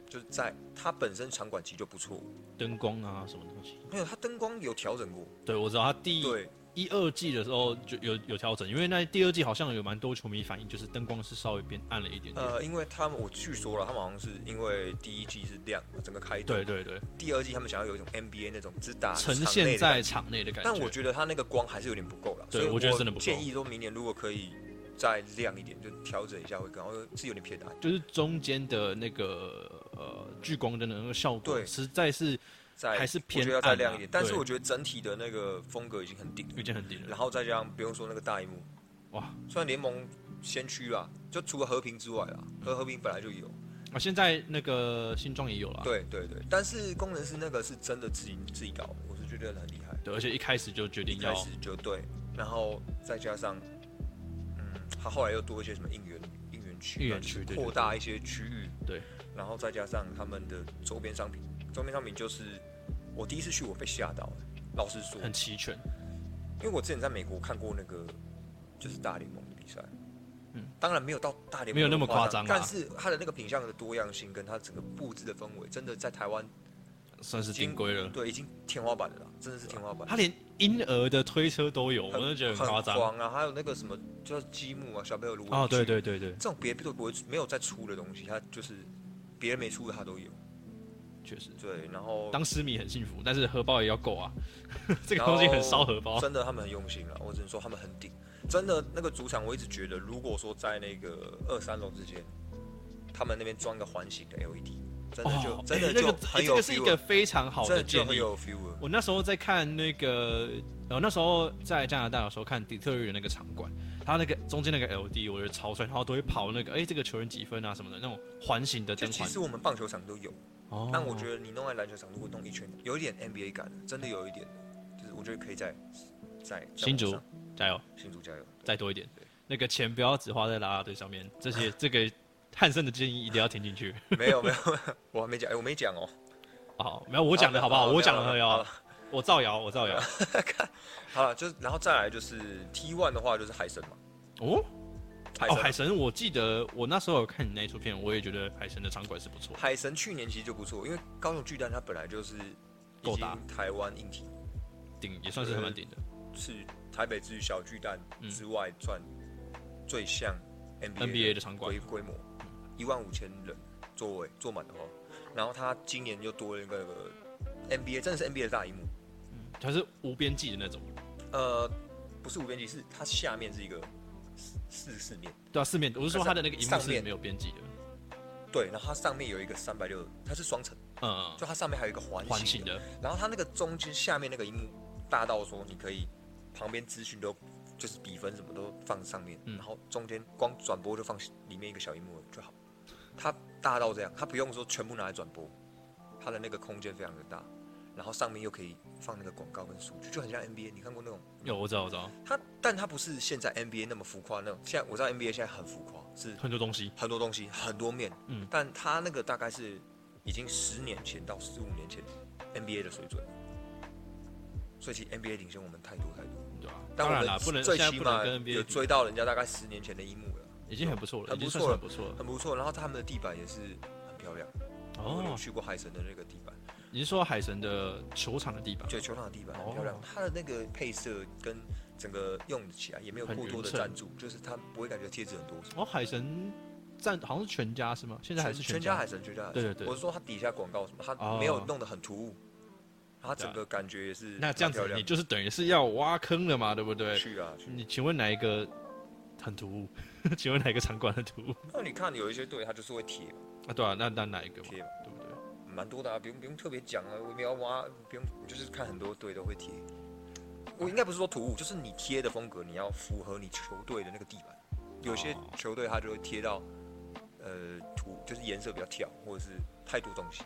B: 就是在它本身场馆其实就不错，
A: 灯光啊什么东西。
B: 没有它灯光有调整过，
A: 对，我知道他第
B: 对
A: 一二季的时候就有有调整，因为那第二季好像有蛮多球迷反映，就是灯光是稍微变暗了一点点。
B: 呃，因为他们我据说了，他们好像是因为第一季是亮整个开灯，
A: 对对对，
B: 第二季他们想要有一种 NBA 那种只打
A: 呈
B: 啊场内
A: 现
B: 的感
A: 在场内的感觉。
B: 但我觉得它那个光还是有点不够了，
A: 对
B: 所以
A: 我觉得真的不够
B: 建议说明年如果可以再亮一点，就调整一下会更好，因为是有点偏暗。
A: 就是中间的那个呃聚光灯的那个效果，
B: 对
A: 实在是
B: 再
A: 还是
B: 我
A: 偏
B: 觉得要
A: 暗
B: 再
A: 啊
B: 亮一点，但是
A: 对
B: 我觉得整体的那个风格已经很顶了，
A: 遇见很低了。
B: 然后再加上不用说那个大荧幕，
A: 哇，
B: 虽然联盟先驱啦，就除了和平之外啦，和和平本来就有，
A: 啊，现在那个新装也有了，
B: 对对对，但是工程师那个是真的自己自己搞，我是觉得很厉害，
A: 对，而且一开始就决
B: 一
A: 定
B: 开
A: 要
B: 始就对，然后再加上，嗯，他后来又多一些什么应援应援区，啊
A: 应援区对对
B: 扩大一些区域，
A: 对，
B: 然后再加上他们的周边商品，周边商品就是我第一次去我被吓到了，老实说，
A: 很齐全，
B: 因为我之前在美国看过那个就是大联盟的比赛，
A: 嗯
B: 嗯，当然没有到大联盟
A: 没有那么夸张
B: 张
A: 啊，
B: 但是它的那个品相的多样性跟它整个布置的氛围，真的在台湾
A: 算是
B: 已经
A: 定规了。
B: 对，已经嗯天花板了啦，真的是天花板。
A: 他连婴儿的推车都有，我
B: 很
A: 真的觉得
B: 很
A: 夸张。
B: 狂啊！还有那个什么叫积木啊，小朋友如果
A: 哦，对，对对对，
B: 这种别的都不会没有再出的东西，它就是别人没出的它都有。
A: 确实，
B: 对，然后
A: 当私迷很幸福，但是荷包也要够啊， 这个东西很烧荷包。
B: 真的，他们很用心了，我只能说他们很顶。真的，那个主场我一直觉得，如果说在那个二三楼之间，他们那边装个环形的 LED，真的就、
A: 哦
B: 真
A: 哎
B: 的
A: 那
B: 就
A: 个
B: 很
A: 这
B: 有
A: 个是一
B: feel，
A: 个
B: 了、
A: 非常好
B: 真
A: 的
B: 的就
A: 建
B: 很
A: 议。
B: 有 feel 了。
A: 我那时候在看那个，呃，那时候在加拿大的时候看底特律的那个场馆，他那个中间那个 LD，我觉得超帅，然后都会跑那个，哎，这个球员几分啊什么的那种环形的
B: 就
A: 灯
B: 其
A: 环。
B: 实我们棒球场都有，
A: 哦
B: 但我觉得你弄在篮球场，如果弄一圈，有一点 NBA 感，真的有一点，就是我觉得可以在在
A: 新竹加油，
B: 新竹加油，
A: 再多一点
B: 对。
A: 那个钱不要只花在啦啦队上面，这 些这个汉森的建议一定要听进去。
B: 没有没有，我还没讲，哎、我没讲哦、
A: 好，没有我讲的好不好？我讲的
B: 好
A: 要，我造谣，我造 谣。
B: 好了，就是然后再来就是 T one 的话就是海神嘛，
A: 哦
B: 海
A: 哦，
B: 神
A: 海神，我记得我那时候有看你那一出片，我也觉得海神的场馆是不错。
B: 海神去年其实就不错，因为高雄巨蛋它本来就是
A: 够大，
B: 台湾硬体
A: 顶也算是还蛮顶的。
B: 是台北之于小巨蛋
A: 嗯
B: 之外赚最像 NBA
A: NBA 的场馆
B: 规规模，一万五千人座位坐满的话，然后它今年又多了一个那个 NBA，真的是 NBA 的大荧幕，
A: 它是无边际的那种，
B: 呃，不是无边际，是它下面是一个四四四面，
A: 对啊，四面，我是说它的那个荧幕
B: 上
A: 是
B: 面
A: 没有边际的，
B: 对，然后它上面有一个三百六，它是双层，
A: 嗯，
B: 就它上面还有一个环
A: 环
B: 形
A: 形的，
B: 然后它那个中间下面那个荧幕大到说你可以旁边资讯都就是比分什么都放上面，
A: 嗯
B: 然后中间光转播就放里面一个小荧幕就好。它大到这样，它不用说全部拿来转播，它的那个空间非常的大，然后上面又可以放那个广告跟数据，就很像 NBA。你看过那种？
A: 有我知道我知道，
B: 它，但它不是现在 NBA 那么浮夸那种。现在我知道 NBA 现在很浮夸，是
A: 很多东西，
B: 很多东西，很多面。
A: 嗯
B: 嗯，但他那个大概是已经十年前到十五年前 NBA 的水准，所以其实 NBA 领先我们太多太多。
A: 对吧？
B: 但
A: 当
B: 我
A: 然
B: 们
A: 啦，不能
B: 最
A: 现在
B: 起
A: 不能
B: 码
A: 跟
B: 有
A: NBA 比
B: 追到人家大概十年前的一幕了，
A: 已经很不错了，
B: 很
A: 已经
B: 不错
A: 算是很不错了。
B: 很不错。然后他们的地板也是很漂亮，我有
A: 哦，
B: 去过海神的那个地板，
A: 你是说海神的球场的地板？
B: 就球场的地板很漂
A: 哦
B: 亮，它的那个配色跟整个用起来也没有
A: 很
B: 过多的
A: 匀称
B: 赞助，就是它不会感觉贴纸很多。
A: 哦，海神站好像是全家是吗？现在还是
B: 全
A: 家？
B: 海神，全家海神。
A: 对对对
B: 我是说它底下广告什么，它
A: 哦啊
B: 没有弄得很突兀，它整个感觉也是
A: 那这样子
B: 蛮漂
A: 你
B: 亮
A: 就是等于是要挖坑了嘛，对不对？
B: 去啊去。
A: 你请问哪一个很突兀？ 请问哪一个场馆很突兀？
B: 那你看有一些队它就是会贴
A: 啊，对啊，那那哪一个嘛，
B: 贴，
A: 对不对？
B: 蛮多的啊，不用不用特别讲啊，我们要挖，不用就是看很多队都会贴。我应该不是说突兀，就是你贴的风格你要符合你球队的那个地板。有些
A: 哦
B: 球队它就会贴到，呃，图就是颜色比较跳，或者是太多东西，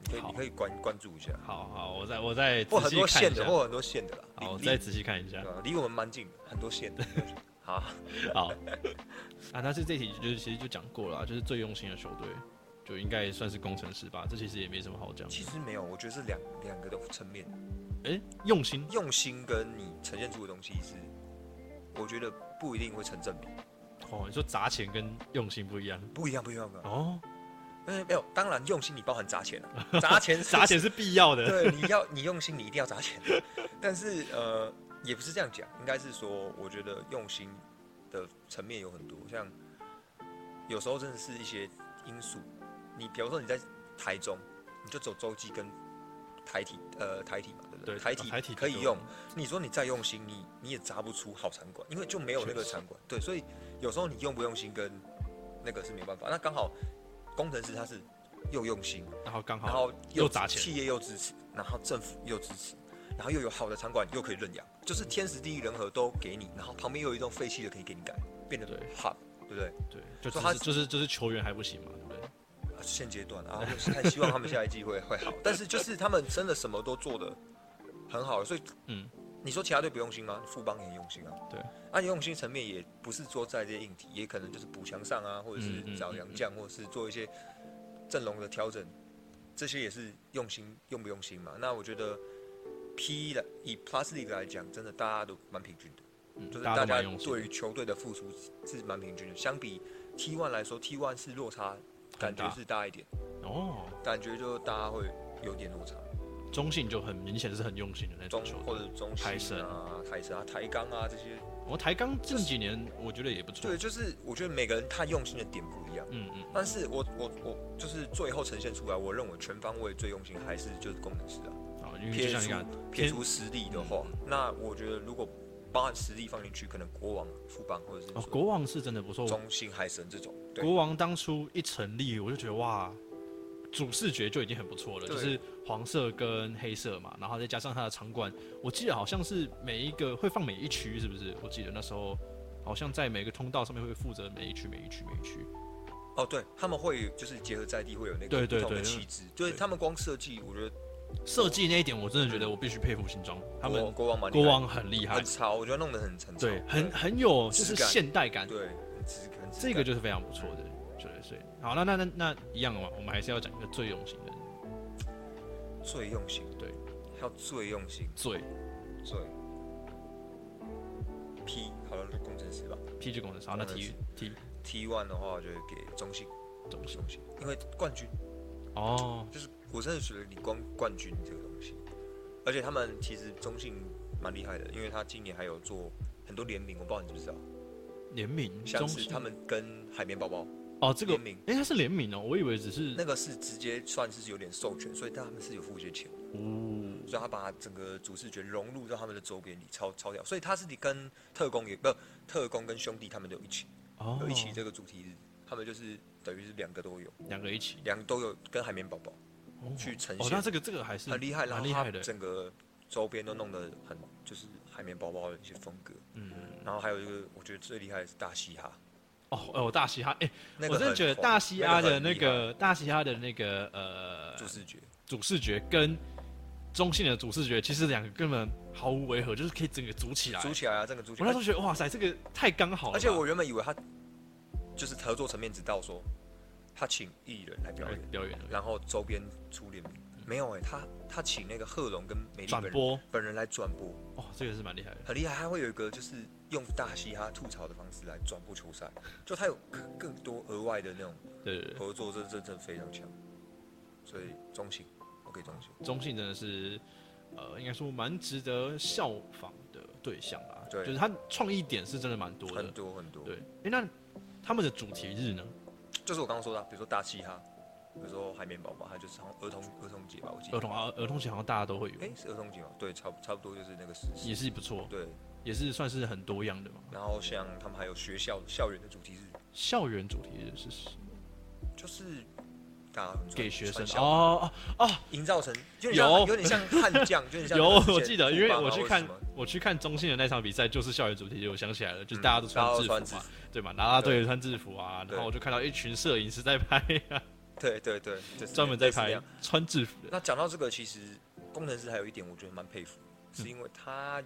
B: 你可以
A: 好
B: 你可以关关注一下，
A: 好好，我再我再
B: 或
A: 仔
B: 很
A: 细
B: 多
A: 看
B: 线
A: 一下
B: 的，，或很多线的啦。
A: 好，我
B: 离
A: 再
B: 离
A: 仔细看一下
B: 对。啊离我们蛮近的，很多线的。好，
A: 好，啊，但是这题就是其实就讲过了啊，就是最用心的球队，就应该算是工程师吧。这其实也没什么好讲。
B: 其实没有，我觉得是两两个的层面，
A: 哎、用心
B: 用心跟你呈现出的东西是，我觉得不一定会成正比，
A: 哦，你说砸钱跟用心不一样
B: 不一样，不一样的。
A: 哦，
B: 嗯，没有，当然用心你包含砸钱 了，砸钱是
A: 砸钱是必要的。
B: 对，你要 你用心，你一定要砸钱。但是呃，也不是这样讲，应该是说，我觉得用心的层面有很多，像有时候真的是一些因素。你比方说你在台中，你就走洲际跟台体，呃，台体嘛，对不对？
A: 对，哦
B: 台
A: 台体
B: 体可以
A: 就
B: 用。你说你再用心，你你也砸不出好场馆，因为就没有那个场馆。对，所以有时候你用不用心跟那个是没有办法。那刚好工程师他是又用心，
A: 然后刚
B: 然
A: 好
B: 后
A: 又砸钱
B: 企业又支持，然后政府又支持，然后又有好的场馆又可以认养，就是天时地利人和都给你，然后旁边又有一栋废弃的可以给你改，变得
A: 对
B: hub，对不对？
A: 对，就
B: 说
A: 只
B: 他
A: 是就是就是球员还不行嘛，对不对？
B: 啊现阶段啊， 我是看希望他们下一季会会好， 但是就是他们真的什么都做的很好，所以
A: 嗯，
B: 你说其他队不用心吗？富邦也很用心啊，
A: 对，
B: 啊，用心层面也不是说在这些硬体，也可能就是补强上啊，或者是
A: 嗯嗯
B: 找
A: 嗯
B: 洋
A: 嗯
B: 将，或者是做一些阵容的调整，这些也是用心用不用心嘛。那我觉得 P 的以 Plus League 来讲，真的大家都蛮平均的，
A: 嗯
B: 就是
A: 大家
B: 大
A: 都蛮
B: 家
A: 用心的
B: 对于球队的付出是蛮平均的。相比 T One 来说，T One 是落差感觉
A: 大
B: 是大一点，
A: 哦，
B: 感觉就大家会有点落差。
A: 中性就很明显是很用心的那
B: 中
A: 种球
B: 或
A: 队。
B: 者中
A: 台
B: 信啊、台神啊、台钢啊这些，
A: 我台钢近几年我觉得也不错
B: 对，，就是我觉得每个人他用心的点不一样。
A: 嗯嗯，
B: 但是我我我就是最后呈现出来，我认为全方位最用心还是就是工程师啊。
A: 好，因为就
B: 撇
A: 像你
B: 除
A: 看，
B: 撇除实力
A: 嗯
B: 的话，那我觉得如果包含实力放进去，可能国王、富邦或者是
A: 哦，
B: 说
A: 国王是真的不错，
B: 中信、海神这种，对
A: 国王当初一成立，我就觉得哇，主视觉就已经很不错了，
B: 对
A: 就是黄色跟黑色嘛，然后再加上它的场馆，我记得好像是每一个会放每一区，是不是？我记得那时候好像在每个通道上面会负责每一区、每一区、每一区。
B: 哦，对，他们会就是结合在地会有那
A: 对
B: 个
A: 对
B: 不同的
A: 对
B: 旗帜，就是他们光设计，我觉得
A: 设计那一点，我真的觉得我必须佩服新装，他
B: 国
A: 们
B: 国王蛮厉
A: 国
B: 害的
A: 王很厉害
B: 很，潮，我觉得弄得很很潮
A: 对，很很有就是
B: 质感
A: 现代感，
B: 对，很质感。
A: 这个就是非常不错的。对对，好，那那那那一样嘛，我们还是要讲一个最用心的
B: 最用心，
A: 对，
B: 要最用心，
A: 最
B: 最 P 好像是工程师吧
A: P G 工程师，好那体育体育
B: T one 的话，我就会给中信，
A: 中心
B: 中信，因为冠军
A: 哦，
B: 就是我真的觉得你光冠军这个东西，而且他们其实中信蛮厉害的，因为他今年还有做很多联名，我不知道你知不知道，
A: 联名
B: 像
A: 中
B: 是
A: 心
B: 他们跟海绵宝宝
A: 哦，这个
B: 联名，
A: 哎、它是联名哦，我以为只是
B: 那个是直接算是有点授权，所以他们是有付一些钱。
A: 哦，
B: 所以他把整个主视觉融入到他们的周边里，超超屌。所以他是跟特工也不特工跟兄弟他们都有一起，
A: 哦
B: 有一起这个主题日，他们就是等于是两个都有，
A: 两个一起
B: 两个都有跟海绵宝宝
A: 哦
B: 去呈
A: 哦，
B: 现，
A: 那这个这个还是
B: 很厉害，然
A: 蛮
B: 后
A: 厉害
B: 他
A: 的，
B: 整个周边都弄得很就是海绵宝宝的一些风格。
A: 嗯，
B: 然后还有一个我觉得最厉害的是大嘻哈，
A: 哦哦，大嘻哈，哎、
B: 那个
A: 我真的
B: 很
A: 觉得
B: 红
A: 大嘻哈的那
B: 那很厉
A: 个大嘻哈的那个呃
B: 害主视觉，
A: 主视觉跟中性的主视觉，其实两个根本毫无违和，就是可以整个组起来。
B: 组起来啊，这个组起
A: 我那时
B: 来
A: 候。觉得哇塞，这个太刚好了吧，
B: 而且我原本以为他就是合作层面只到说他请艺人来表
A: 表
B: 演
A: 演。表演
B: 然后周边出联名，没有哎、他他请那个贺龙跟美丽
A: 转
B: 本人
A: 播，
B: 本人来转播，
A: 哇、这个是蛮厉害的，
B: 很厉害。他会有一个就是用大嘻哈吐槽的方式来转播球赛，就他有更更多额外的那种
A: 对对对。
B: 合作，这这真的非常强。所以中性，我给中性。
A: 中性真的是，呃，应该说蛮值得效仿的对象吧。
B: 对
A: 就是他创意点是真的蛮多
B: 很
A: 的。
B: 多很多，
A: 对，哎、那他们的主题日呢？
B: 就是我刚刚说的啊，比如说大嘻哈，比如说海绵宝宝，它就是好像儿童儿童节吧，我记
A: 儿
B: 得，
A: 童啊，儿童节好像大家都会有，
B: 哎、是儿童节吗？对，差不差不多就是那个时期。
A: 也是不错，
B: 对，
A: 也是算是很多样的嘛。
B: 然后像他们还有学校校园的主题日，
A: 校园主题日是什么
B: 就是啊大家很
A: 给学生
B: 穿校服
A: 哦哦哦，
B: 营造成有
A: 有
B: 点像有点像悍 将，有点像
A: 有
B: 那个之前
A: 我记得，因为
B: 富邦啊
A: 我去
B: 或者
A: 看
B: 什么
A: 我去看中性的那场比赛，就是校园主题日，我想起来了，就是
B: 嗯
A: 大家都
B: 大家
A: 穿制
B: 都
A: 服
B: 穿制
A: 嘛，对嘛，啦啦队
B: 对
A: 也穿制服啊，然
B: 对
A: 后我就看到一群摄影师在拍啊，
B: 对对对，就是
A: 专门在
B: 类似这
A: 排
B: 样
A: 穿制服的。
B: 那讲到这个，其实工程师还有一点我觉得蛮佩服，是因为他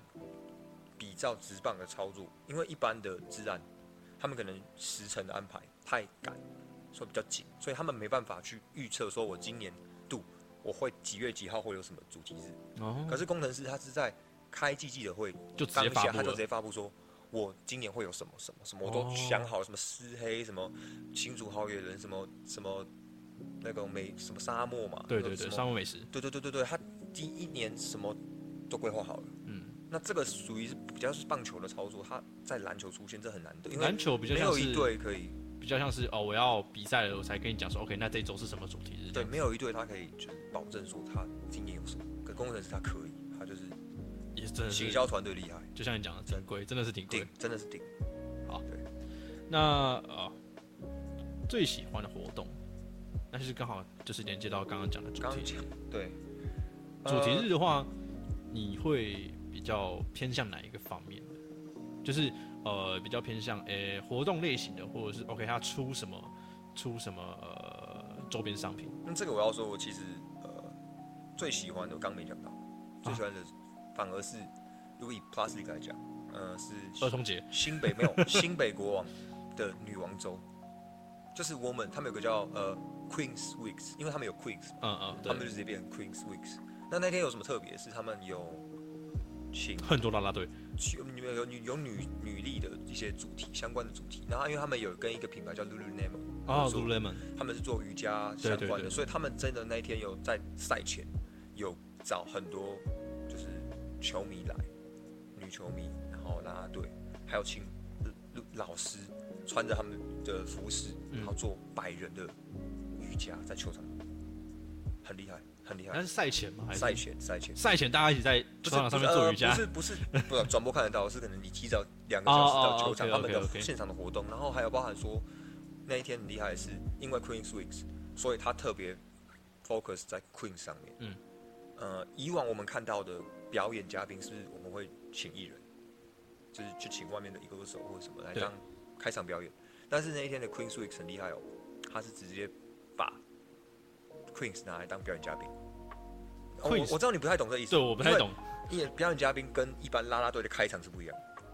B: 比较直棒的操作，因为一般的治安，他们可能时程的安排太赶，所以比较紧，所以他们没办法去预测说我今年度我会几月几号会有什么主题日。可
A: 哦，
B: 是工程师他是在开季记者会
A: 就直
B: 当
A: 接发
B: 下，
A: 布
B: 他就直
A: 了。
B: 接发布说，我今年会有什么什么什么，我
A: 哦
B: 都想好了，什么私黑，什么新竹好野人，什么什么那个美什么沙漠嘛，
A: 对对对，
B: 什么
A: 沙漠美食，
B: 对对对对对，他第一年什么都规划好了。
A: 嗯，
B: 那这个属于是比较是棒球的操作，他在篮球出现这很难得，因为
A: 篮球比较
B: 没
A: 像
B: 有一
A: 是
B: 队可以
A: 比较像是哦，我要比赛了，我才跟你讲说，OK，那这周是什么主题日？
B: 对，没有一队他可以就是保证说他今年有什么。可工程师他可以，他就是
A: 也真的
B: 行
A: 是，
B: 销团队厉害，
A: 就像你讲的，挺贵，真的是挺贵
B: 顶。真的是顶。
A: 那啊、最喜欢的活动，那就是刚好就是连接到刚刚讲的主
B: 刚刚
A: 题
B: 讲
A: 日。
B: 对，
A: 主题
B: 呃
A: 日的话，你会比较偏向哪一个方面呢？就是呃，比较偏向诶、活动类型的，或者是 OK 它出什么出什么呃周边商品？
B: 那这个我要说，我其实呃最喜欢的，我刚没讲到，最喜欢的反而是如果以 Plastic 来讲，呃是
A: 儿童节
B: 新北没有新北国王的女王州，就是我们他们有个叫呃 Queens Weeks，因为他们有 Queens，
A: 嗯嗯，
B: 他们就
A: 对，
B: 直接变成 Queens Weeks。那那天有什么特别？是他们有请
A: 很多啦啦队，
B: 有有有女有女女力的一些主题相关的主题，然后因为他们有跟一个品牌叫 Lululemon
A: 哦
B: 合作
A: ，Lululemon，
B: 他们是做瑜伽相关的，
A: 对对对
B: 所以他们真的那一天有在赛前有找很多就是球迷来，女球迷，然后啦啦队，还有请呃老师穿着他们的服饰，
A: 嗯
B: 然后做百人的瑜伽在球场，很厉害，很厉
A: 那
B: 害。
A: 是赛前吗？还是
B: 赛前赛前
A: 赛前大家一起在球
B: 不是
A: 场上面
B: 不是
A: 做
B: 呃
A: 瑜伽
B: 不？是不是不是转播看得到，是可能你提早两个小时到球场，
A: 哦哦哦
B: 他们的
A: OK，OK，OK
B: 现场的活动，然后还有包含说那一天很厉害的是，因为 Queen's Weeks，所以他特别 focus 在 Queen 上面。
A: 嗯，
B: 呃，以往我们看到的表演嘉宾是我们会请艺人，就是去请外面的一个歌手或者什么来
A: 对
B: 当开场表演，但是那一天的 Queen's Weeks 很厉害哦，他是直接把 Queen's 拿来当表演嘉宾。哦我
A: Queens
B: 我知道你不太懂这意思，
A: 对，我不太懂。
B: 因为表演嘉宾跟一般啦啦队的开场是不一样的。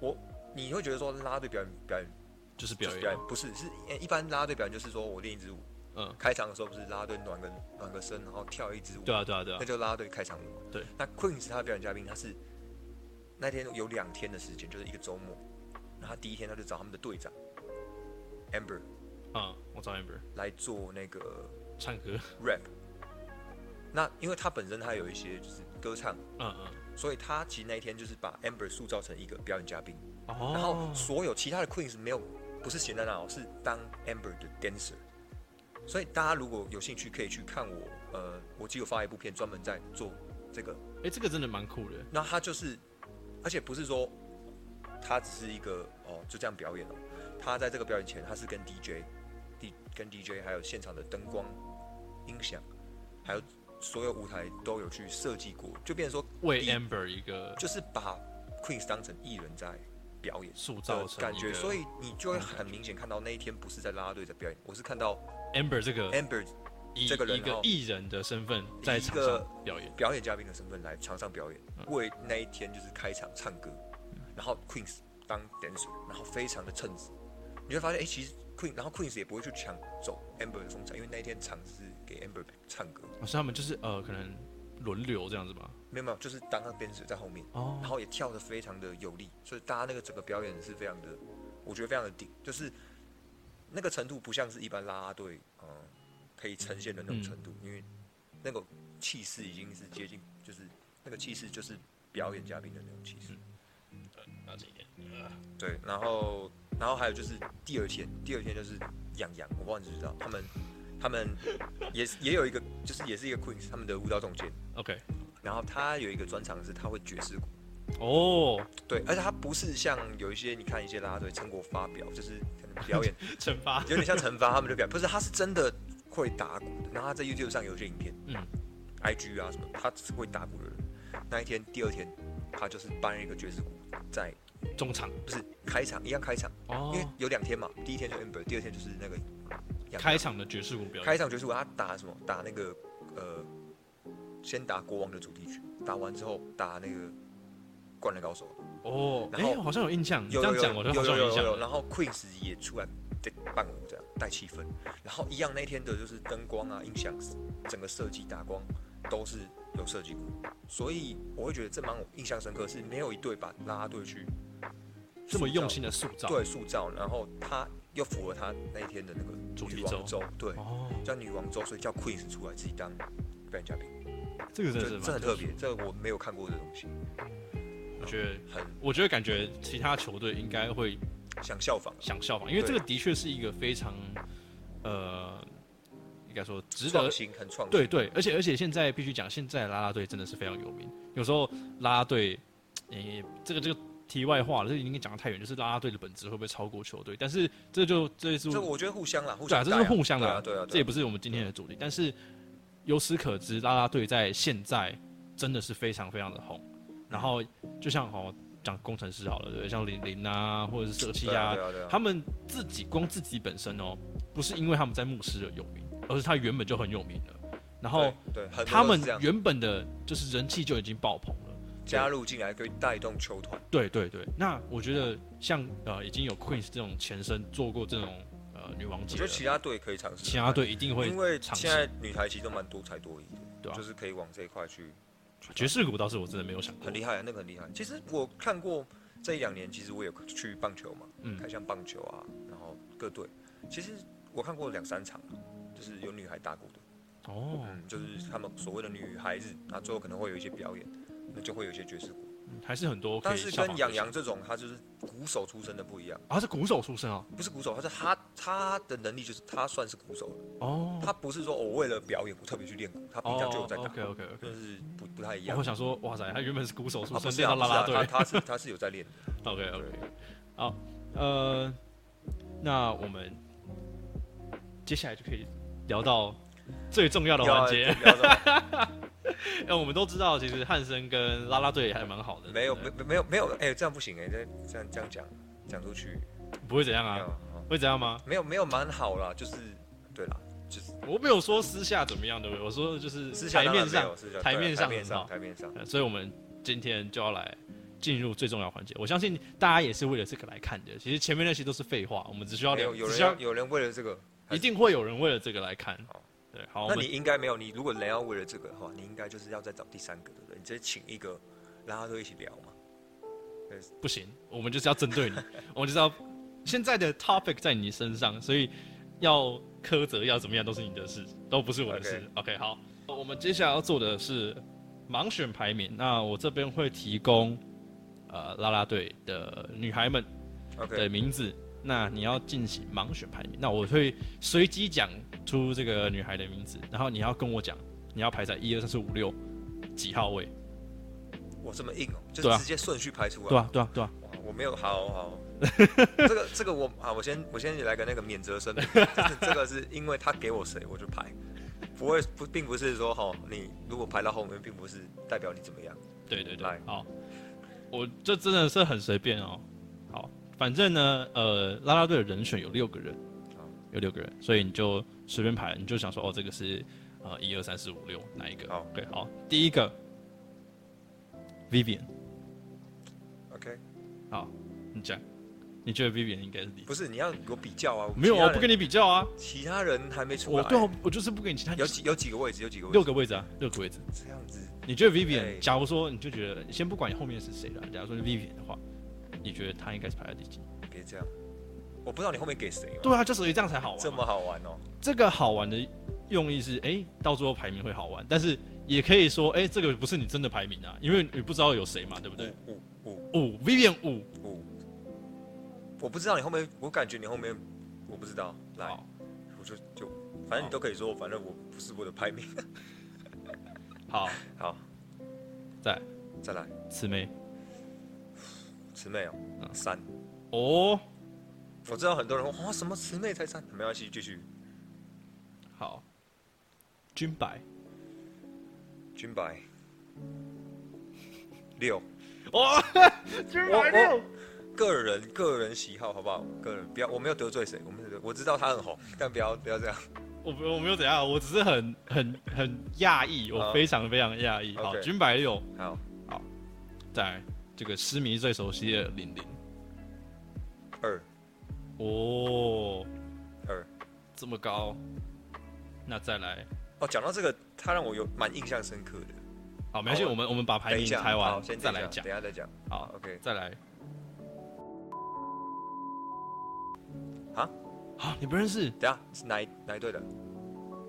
B: 我你会觉得说啦啦队表演表演
A: 就是
B: 就
A: 表
B: 是
A: 演，
B: 表演不是是呃一般啦啦队表演就是说我练一支舞，
A: 嗯，
B: 开场的时候不是啦啦队暖个暖个身，然后跳一支舞，
A: 对啊，对啊，对啊
B: 那，就啦啦队开场舞。
A: 对，
B: 那 Queen 是他的表演嘉宾，他是那天有两天的时间，就是一个周末。那他第一天他就找他们的队长 Amber
A: 嗯，我找 Amber
B: 来做那个
A: 唱歌，
B: rap。那因为他本身他有一些就是歌唱，
A: 嗯嗯，
B: 所以他其实那一天就是把 Amber 塑造成一个表演嘉宾。 然后
A: 哦，
B: 所有其他的 Queen 是没有，不是闲在那哦，是当 Amber 的 dancer。所以大家如果有兴趣，可以去看我，呃，我只有发一部片专门在做这个。
A: 哎，这个真的蛮酷的，
B: 那他就是，而且不是说他只是一个哦就这样表演哦，他在这个表演前，他是跟 DJ、D 跟 DJ 还有现场的灯光、音响，还有所有舞台都有去设计过，就变成说
A: 为
B: 第一
A: Amber 一个
B: 就是把 Queen 当成艺人在表演。
A: 塑造
B: 的
A: 成
B: 感
A: 一
B: 觉，
A: 个
B: 所以你就会很明显看到那一天不是在啦啦队在表演，我是看到
A: Amber 这个
B: Amber
A: 以
B: 这个人
A: 一个
B: 哦
A: 艺人的身份在场
B: 一个
A: 上表演，
B: 表演嘉宾的身份来场上表演，
A: 嗯
B: 为那一天就是开场唱歌，然后 Queen's 当 dancer，然后非常的称职，你会发现哎、诶其实 Queen，然后 Queen's 也不会去抢走 Amber 的风采，因为那一天场是给 Amber 唱歌，
A: 哦所以他们就是呃，可能轮流这样子吧。
B: 没有没有，就是当他 dancer 在后面，然
A: 哦，
B: 后也跳得非常的有力，所以大家那个整个表演是非常的，我觉得非常的顶，就是那个程度不像是一般啦啦队，嗯、可以呈现的那种程度，因为那个气势已经是接近，就是那个气势就是表演嘉宾的那种气势。
A: 那这一点
B: 对，然后然后还有就是第二天，第二天就是养羊，我忘记知道他们他们也也有一个，就是也是一个 Queen，他们的舞蹈总监，
A: OK，
B: 然后他有一个专长是他会爵士鼓。
A: 哦，
B: 对，而且他不是像有一些你看一些啦啦队成果发表，就是可能表演
A: 惩罚，
B: 有点像惩罚他们就表演，不是，他是真的会打鼓的。然后他在 YouTube 上有一些影片
A: 嗯，
B: ，IG 啊什么，他是会打鼓的人。那一天，第二天，他就是搬了一个爵士鼓在，
A: 中场
B: 不是开场一样开场，因
A: 哦
B: 为有两天嘛，第一天就 Amber，第二天就是那个养
A: 开场的爵士舞表
B: 开
A: 演，
B: 场爵士舞，他打什么？打那个呃，先打国王的主题曲，打完之后打那个灌篮高手，啊
A: 哦，哎、
B: 然后
A: 我好像有印象，你
B: 有
A: 这样
B: 有
A: 讲
B: 有
A: 我就好
B: 有
A: 像
B: 有
A: 印
B: 有
A: 象
B: 有，
A: 了。
B: 然后 Queens 也出来在伴舞这样带气氛，然后一样那天的就是灯光啊、音响，整个设计打光都是有设计过，所以我会觉得这蛮我印象深刻，是没有一队把啦啦队去
A: 这么
B: 塑造
A: 用心的塑造，
B: 对塑造，然后他又符合他那一天的那个
A: 主题
B: 女
A: 周
B: 王周，对，
A: 哦，
B: 叫女王周，所以叫 Queens 出来自己当表演嘉宾。
A: 这个真的是
B: 这
A: 蛮
B: 这很特别
A: 殊，
B: 这我没有看过的东西，
A: 我觉得，
B: 很
A: 我觉得感觉其他球队应该会
B: 想效仿。
A: 想效仿，因为这
B: 对
A: 个的确是一个非常，呃，应该说值得
B: 创新很创新，
A: 对对，而且而且现在必须讲，现在啦啦队真的是非常有名。有时候啦啦队，诶、这个这个题外话了，这已经讲得太远，就是啦啦队的本质会不会超过球队？但是这就这就是
B: 这我觉得互相啦，互
A: 对啊，
B: 相
A: 这
B: 带
A: 是互相的、
B: 对啊，对啊，
A: 这也
B: 对啊
A: 不是我们今天的主题。但是由此可知，啦啦队在现在真的是非常非常的红。
B: 嗯
A: 然后就像哦，讲工程师好了，对不对，像林林啊，或者是社
B: 对
A: 七
B: 啊，对啊，对啊，
A: 他们自己光自己本身哦，不是因为他们在牧师而有名，而是他原本就很有名了。然后
B: 对，对很多
A: 他们
B: 都是这样
A: 原本的就是人气就已经爆棚了。
B: 加入进来可以带动球团，
A: 对对对，那我觉得像呃已经有 Queen 这种前身做过这种呃女王
B: 我
A: 节
B: 觉
A: 了，
B: 得其他队可以尝试，
A: 其他队一定会
B: 因为
A: 尝
B: 现
A: 试。
B: 在女台其实都蛮多才多艺的，
A: 对啊
B: 就是可以往这一块去，
A: 爵士鼓倒是我真的没有想过
B: 很，厉害，啊，那个很厉害。其实我看过这一两年，其实我有去棒球嘛，
A: 嗯
B: 开箱棒球啊，然后各队，其实我看过两三场，啊就是有女孩打鼓的。
A: 哦，
B: 嗯，就是他们所谓的女孩子，那最后可能会有一些表演，那就会有一些爵士鼓。
A: 还是很多可以
B: 但是
A: 效
B: 跟
A: 仿
B: 杨
A: 的啊
B: 洋这种，他就是鼓手出身的不一样，
A: 啊是鼓手出身哦，
B: 不是鼓手，他是他他的能力就是他算是鼓手了，
A: 哦，
B: 他不是说我为了表演我特别去练鼓，他平
A: 哦
B: 常就有在打，
A: OK 哦 OK OK，
B: 就是不不太一
A: 我
B: 样
A: 会。想说哇塞，他原本是鼓手出
B: 啊，不
A: 身，
B: 是
A: 练
B: 啊，
A: 到
B: 不
A: 啦
B: 是
A: 啦
B: 啊，
A: 队
B: 他，他是他是有在练 的。
A: OK OK，好，呃，那我们接下来就可以聊到最重要的
B: 要
A: 环节。
B: 要要
A: 哎、我们都知道，其实汉森跟拉拉队还蛮好的，
B: 没有
A: 对
B: 没
A: 不对
B: 没没有没有，哎、这样不行哎、这这样这样讲讲出去，
A: 不会怎样
B: 没
A: 啊
B: 有？啊
A: 会怎样吗？
B: 没有没有蛮好啦，就是对啦，就是
A: 我没有说私下怎么样，对不对？我说就是
B: 私下
A: 台
B: 当然
A: 面
B: 没
A: 上
B: 有，，私下
A: 台
B: 对
A: 面
B: 台
A: 上
B: 面
A: 很好
B: 上台面上，
A: 呃所以我们今天就要来进入最重要的环节。我相信大家也是为了这个来看的。其实前面那些都是废话，我们只需要
B: 没
A: 聊，
B: 有有
A: 只
B: 人
A: 需要
B: 要有人为了这个，还
A: 一
B: 是
A: 定会有人为了这个来看
B: 好。
A: 对，好，我
B: 那
A: 们
B: 你应该没有，你如果人要为了这个的话，你应该就是要再找第三个，对不对？你直接请一个，然后都一起聊嘛。
A: 不行，我们就是要针对 你，我们就是要现在的 topic 在你身上，所以要苛责要怎么样都是你的事，都不是我的事。OK，, 好，我们接下来要做的是盲选排名。那我这边会提供呃啦啦队的女孩们
B: OK，
A: 的名字，那你要进行盲选排名。那我会随机讲出这个女孩的名字，然后你要跟我讲你要排在一二三四五六几号位，
B: 我这么硬哦、就
A: 对啊
B: 是直接顺序排出来。
A: 对啊，对啊，对啊，
B: 哇我没有，好好。这个这个我啊，我先我先来个那个免责声明，啊就是这个是因为他给我谁我就排，不会不并不是说哈，你如果排到后面，并不是代表你怎么样。
A: 对对对
B: 来，
A: 好，我这真的是很随便哦。好，反正呢，呃，啦啦队的人选有六个人
B: 好，
A: 有六个人，所以你就随便排，你就想说，哦，这个是呃一二三四五六哪一个？
B: 好
A: 对，好，第一个Vivian，
B: OK，
A: 好，你讲，你觉得 Vivian 应该是第一？
B: 不是你要有比较啊，
A: 没有啊，我
B: 其他人
A: 不跟你比较啊，
B: 其他人还没出
A: 我
B: 来。
A: 对啊，我就是不跟你其他
B: 有几有几个位置，有几个位置，
A: 六个位置啊，六个位置。
B: 这样子。
A: 你觉得 Vivian，、
B: 哎
A: 假如说你就觉得，先不管你后面是谁了，假如说是 Vivian 的话，你觉得她应该是排在第几？
B: 别这样，我不知道你后面给谁嘛。
A: 对啊，就所以这样才好玩嘛。
B: 这么好玩哦、
A: 这个好玩的用意是，哎、到最后排名会好玩，但是也可以说，哎、这个不是你真的排名啊，因为你不知道有谁嘛，对不对？
B: 五五
A: 五 Vivian 五，
B: 五，我不知道你后面，我感觉你后面，我不知道。来，
A: 好，
B: 我就就，反正你都可以说，反正我不是我的排名。
A: 好，
B: 好，
A: 再来
B: 再来，
A: 慈眉
B: 慈妹哦、
A: 嗯
B: 三。
A: 哦，
B: 我知道很多人说哇，哦什么慈妹才三，没关系，继续。
A: 好，君白，
B: 君白 六，
A: 哇、哦，君
B: 白六，个人个人喜好，好不好？个人不要，我没有得罪谁，我没有得我知道他很红， 但不要不要这样。
A: 我不我没有怎样，我只是很很很讶异，我
B: 好
A: 非常非常讶异。好，
B: 嗯 OK
A: 君白六
B: 好，
A: 在这个诗迷最熟悉的玲玲，
B: 二
A: 哦，
B: 二
A: 这么高，那再来，
B: 哦，讲到这个，他让我有蛮印象深刻的。
A: 好，没关系，
B: 好啊
A: 我们我们把排
B: 等一
A: 名
B: 下，
A: 拆完
B: 好，先
A: 再
B: 等一
A: 来
B: 下
A: 讲
B: 等。一下再讲。
A: 好，
B: OK，
A: 再来。
B: 啊
A: 啊，你不认识
B: 等一下是哪一哪一队的？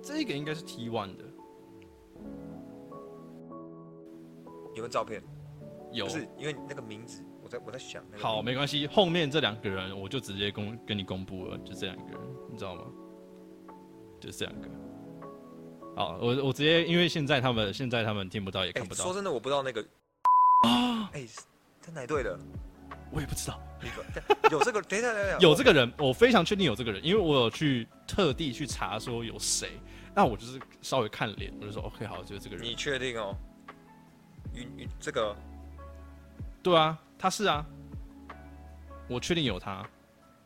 A: 这个应该是 T One 的，
B: 有没有照片？
A: 有
B: 不是，因为那个名字，哎我在我在想那个
A: 好
B: 名
A: 没关系，后面这两个人我就直接公跟你公布了，就这两个人，你知道吗？就这两个。好，我我直接因为现在他们现在他们听不到也
B: 字。
A: 看
B: 哎、
A: 不
B: 说
A: 到，
B: 真的，我不知道那个啊，哎、他哪一队的？
A: 我也不知道
B: 你说有这个？等一下，等一下，
A: 有这个人，我非常确定有这个人，因为我有去特地去查说有谁，那我就是稍微看脸，我就说 OK 好，就是这个人。
B: 你确定哦？云云这个
A: 对啊，他是啊，我确定有他，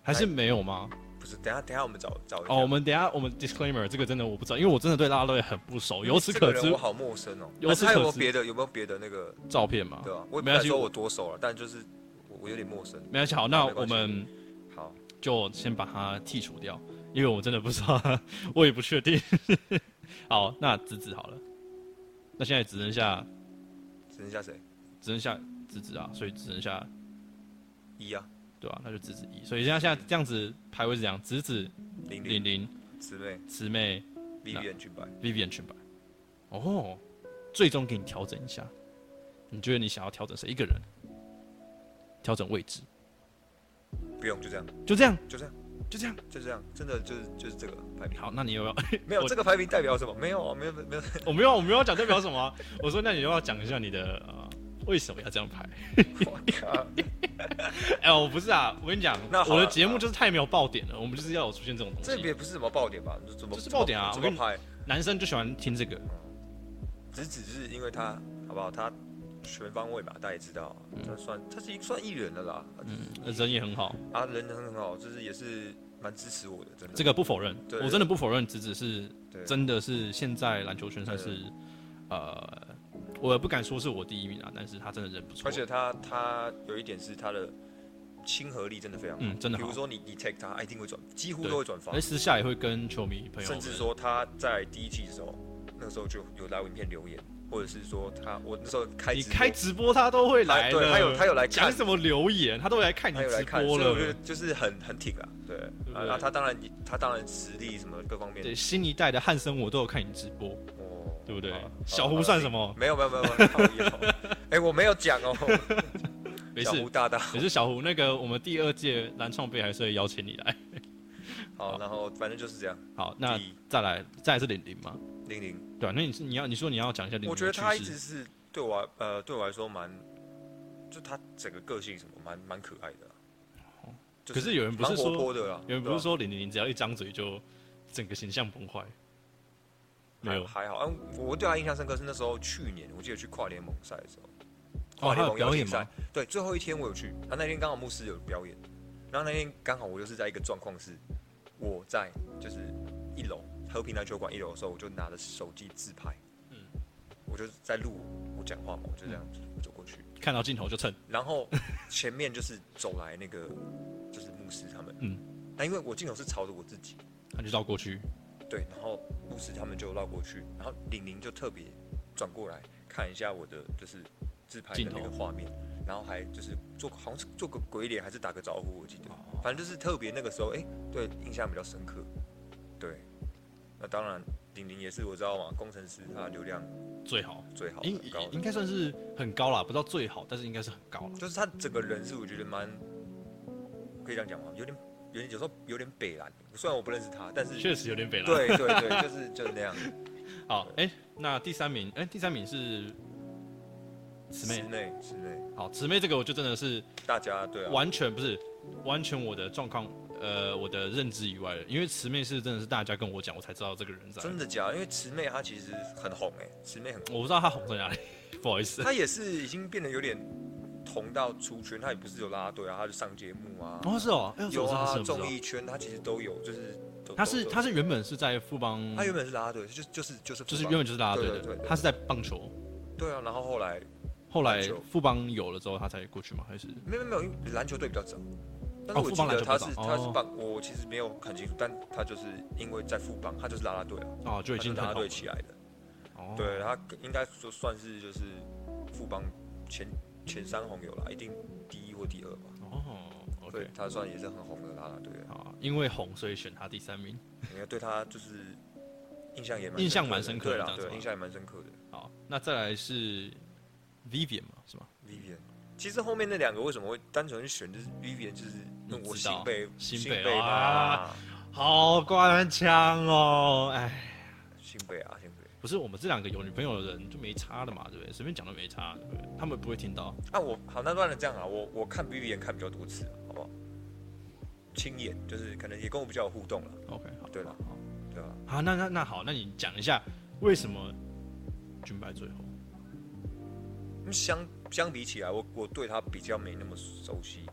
A: 还是没有吗？
B: 不是？等一下，等一下，我们找找一下。
A: 哦，我们等一下我们 disclaimer 这个真的我不知道，因为我真的对啦啦队很不熟。由此
B: 哎这个
A: 可
B: 人
A: 知
B: 我，好陌生哦。
A: 由
B: 还
A: 此
B: 是还有
A: 可
B: 没有
A: 知
B: 别的？有没有别的那个？
A: 照片嘛，
B: 对啊，我也不
A: 没关
B: 敢
A: 系
B: 说我多熟了，但就是我我有点陌生。
A: 没关系。好，那
B: 没
A: 我
B: 关系
A: 们
B: 好，
A: 就先把它剔除掉，因为我真的不知道，我也不确定。 好，那子子好了，那现在只剩下
B: 只剩下谁？
A: 只剩下子子啊，所以只剩下
B: 一啊，
A: 对吧、那就子子一，所以像现在这样子排位是这样，子子、
B: 零
A: 玲
B: 零
A: 玲、
B: 之类
A: 慈妹、
B: ，Vivian 去摆。
A: Vivian 裙摆。哦，最终给你调整一下，你觉得你想要调整谁一个人？调整位置，
B: 不用，就这样，
A: 就这样，
B: 就这样，
A: 就这样。
B: 就这样，真的就是就是这个排名。
A: 好，那你有没有？
B: 没有
A: 我
B: 这个排名代表什么？没有啊，没有 没有。
A: 我没有，我没有要讲代表什么啊、我说，那你要不要讲一下你的呃，为什么要这样排？
B: 我靠！
A: 哎、我不是啊，我跟你讲，
B: 那好
A: 我的
B: 了
A: 节目就是太没有爆点了，我们就是要有出现这种东
B: 这
A: 西。
B: 也不是什么爆点吧？就怎么
A: 这是爆点啊
B: 怎
A: 我
B: 么
A: 跟你
B: 拍？
A: 男生就喜欢听这个，
B: 只只是因为他好不好？他全方位嘛，大家也知道，啊他算他是一算艺人的啦，
A: 嗯，人也很好，
B: 啊，人很好，就是也是蛮支持我的，真的。
A: 这个不否认，
B: 对
A: 我真的不否认，只只是
B: 对
A: 真的是现在篮球圈算是，呃，我也不敢说是我第一名啊，但是他真的人不错
B: 而，且他他有一点是他的亲和力真的非常好，
A: 嗯，真的
B: 比如
A: 好。
B: 说你你 take 他，他一定会转，几乎
A: 对
B: 都会转发
A: 而，私下也会跟球迷朋友
B: 甚
A: 们，
B: 至说他在第一季的时候，那时候就有来我影片留言，或者是说他我那时候开
A: 你
B: 直播
A: 开直播他都会
B: 他
A: 来
B: 对，
A: 的，
B: 他有他有来
A: 讲
B: 看，
A: 什么留言，他都会来看你
B: 他有来
A: 直
B: 看，
A: 播
B: 所以我觉得
A: 了。
B: 就是很很挺啊，对，
A: 对不
B: 啊
A: 对
B: 那他当然他当然实力什么各方面，
A: 对，新一代的汉森我都有看你直播，
B: 哦，
A: 对不对
B: 好了？
A: 小胡算什？么
B: 好了好了？没有没有没有没有，好有哎，我没有讲哦，
A: 没
B: 小
A: 事
B: 胡，大大，
A: 没事，小胡，那个我们第二届蓝创杯还是会邀请你来。
B: 好，然后反正就是这样，
A: 好，那
B: 第一
A: 再来，再来是玲玲嘛？
B: 零零。
A: 对啊，那你是你要你说你要讲一下玲玲
B: 我
A: 的
B: 觉
A: 趋
B: 得
A: 势，
B: 他一直是对我来呃对我来说蛮，就他整个个性什么蛮蛮可爱的啊、就
A: 哦可是有人不是
B: 蛮活
A: 说
B: 泼的啦，
A: 有人
B: 对
A: 不
B: 啊吧
A: 是说玲玲只要一张嘴就整个形象崩坏？没有，
B: 还还好，嗯，我对他印象深刻是那时候去年我记得去跨联盟赛的时候，
A: 哦，还
B: 跨联
A: 有
B: 盟
A: 表
B: 邀
A: 演
B: 请赛
A: 吗？，
B: 对，最后一天我有去，啊那天刚好牧师有表演，然后那天刚好我就是在一个状况是我在就是一楼和平篮球馆一楼的时候，我就拿着手机自拍，嗯
A: 嗯，
B: 我就在录我讲话嘛，我就这样子走过去。
A: 看到镜头就蹭，
B: 然后前面就是走来那 个就是牧师他们，
A: 嗯
B: 嗯，那因为我镜头是朝着我自己，
A: 他就绕过去。
B: 对，然后牧师他们就绕过去，然后玲玲就特别转过来看一下我的就是自拍的那
A: 镜头
B: 个画面，然后还就是做好像是做个鬼脸还是打个招呼，我记得，
A: 哦
B: 反正就是特别那个时候，哎、对，印象比较深刻，对，那当然玲玲也是我知道嘛，工程师他流量
A: 最好，
B: 最好
A: 应
B: 很高的
A: 应该算是很高啦，不知道最好，但是应该是很高啦。
B: 就是他整个人是我觉得蛮，可以这样讲吗？有点有点有时候有点北蓝，虽然我不认识他，但是
A: 确实有点北啦。
B: 对对对，就是就是那样。
A: 好，哎、那第三名，哎、第三名是 慈妹
B: 室。内室内，
A: 好，慈妹这个我就真的是
B: 大家对啊，
A: 完全不是，完全我的状况，呃，我的认知以外的。因为慈妹是真的是大家跟我讲，我才知道这个人在。
B: 真的假的？因为池妹她其实很红哎、池妹很
A: 嗯
B: 红，
A: 我不知道他红在哪里，不好意思。
B: 她也是已经变得有点红到出圈，他也不是有啦啦队啊，他就上节目啊，
A: 哦，是哦，哎
B: 有啊，综，
A: 我真的是不知
B: 艺圈他其实都有，就是都
A: 道他是
B: 都
A: 他是原本是在富邦，
B: 他原本是啦啦队，就就是就是
A: 就是
B: 富
A: 原
B: 邦
A: 本就是啦啦队
B: 对对
A: 的
B: 对，对
A: 他是在棒球，
B: 对啊，然后后来
A: 后来
B: 棒球
A: 富邦有了之后他才过去吗？还是
B: 没有没有没有，篮球队比较早，但是
A: 哦
B: 我
A: 富
B: 记
A: 邦篮
B: 得
A: 球
B: 他
A: 比
B: 是
A: 较早
B: 他是
A: 哦
B: 棒，我其实没有看清楚，但他就是因为在富邦，他就是啦啦队啊，
A: 哦就
B: 他
A: 已
B: 就是
A: 经
B: 啦
A: 很
B: 啦
A: 好
B: 队
A: 了，
B: 起来的，
A: 哦
B: 对，他应该说算是就是富邦前前三红友啦，一定第一或第二吧，
A: 哦
B: 对
A: ，OK，
B: 他算也是很红的啦啦队啊，
A: 好，因为红所以选他第三名，
B: 因为对他就是印象也蛮
A: 印象
B: 的
A: 蛮深刻的
B: 对
A: 这
B: 啦，
A: 样子
B: 对，
A: 吧
B: 印象也蛮深刻的。
A: 好，那再来是 Vivian 嘛，是吗？
B: Vivian，其实后面那两个为什么会单纯选就是 Vivian，就是
A: 你
B: 我
A: 知
B: 新
A: 道
B: 北
A: 新啊北
B: 北吧，
A: 好官腔哦，哎。
B: 新北啊新北。
A: 不是我们这两个有女朋友的人就没差的嘛，对不对？随便讲都没差，对不对？他们不会听到。
B: 啊，我好，那乱了这样啊，我我看 Vivian 看比较多次，好不好？亲眼就是可能也跟我比较有互动了，
A: OK，好，
B: 对了
A: 好，
B: 对吧？
A: 好，那那那好，那你讲一下为什么军白最后？
B: 那么嗯相相比起来，我我对他比较没那么熟悉，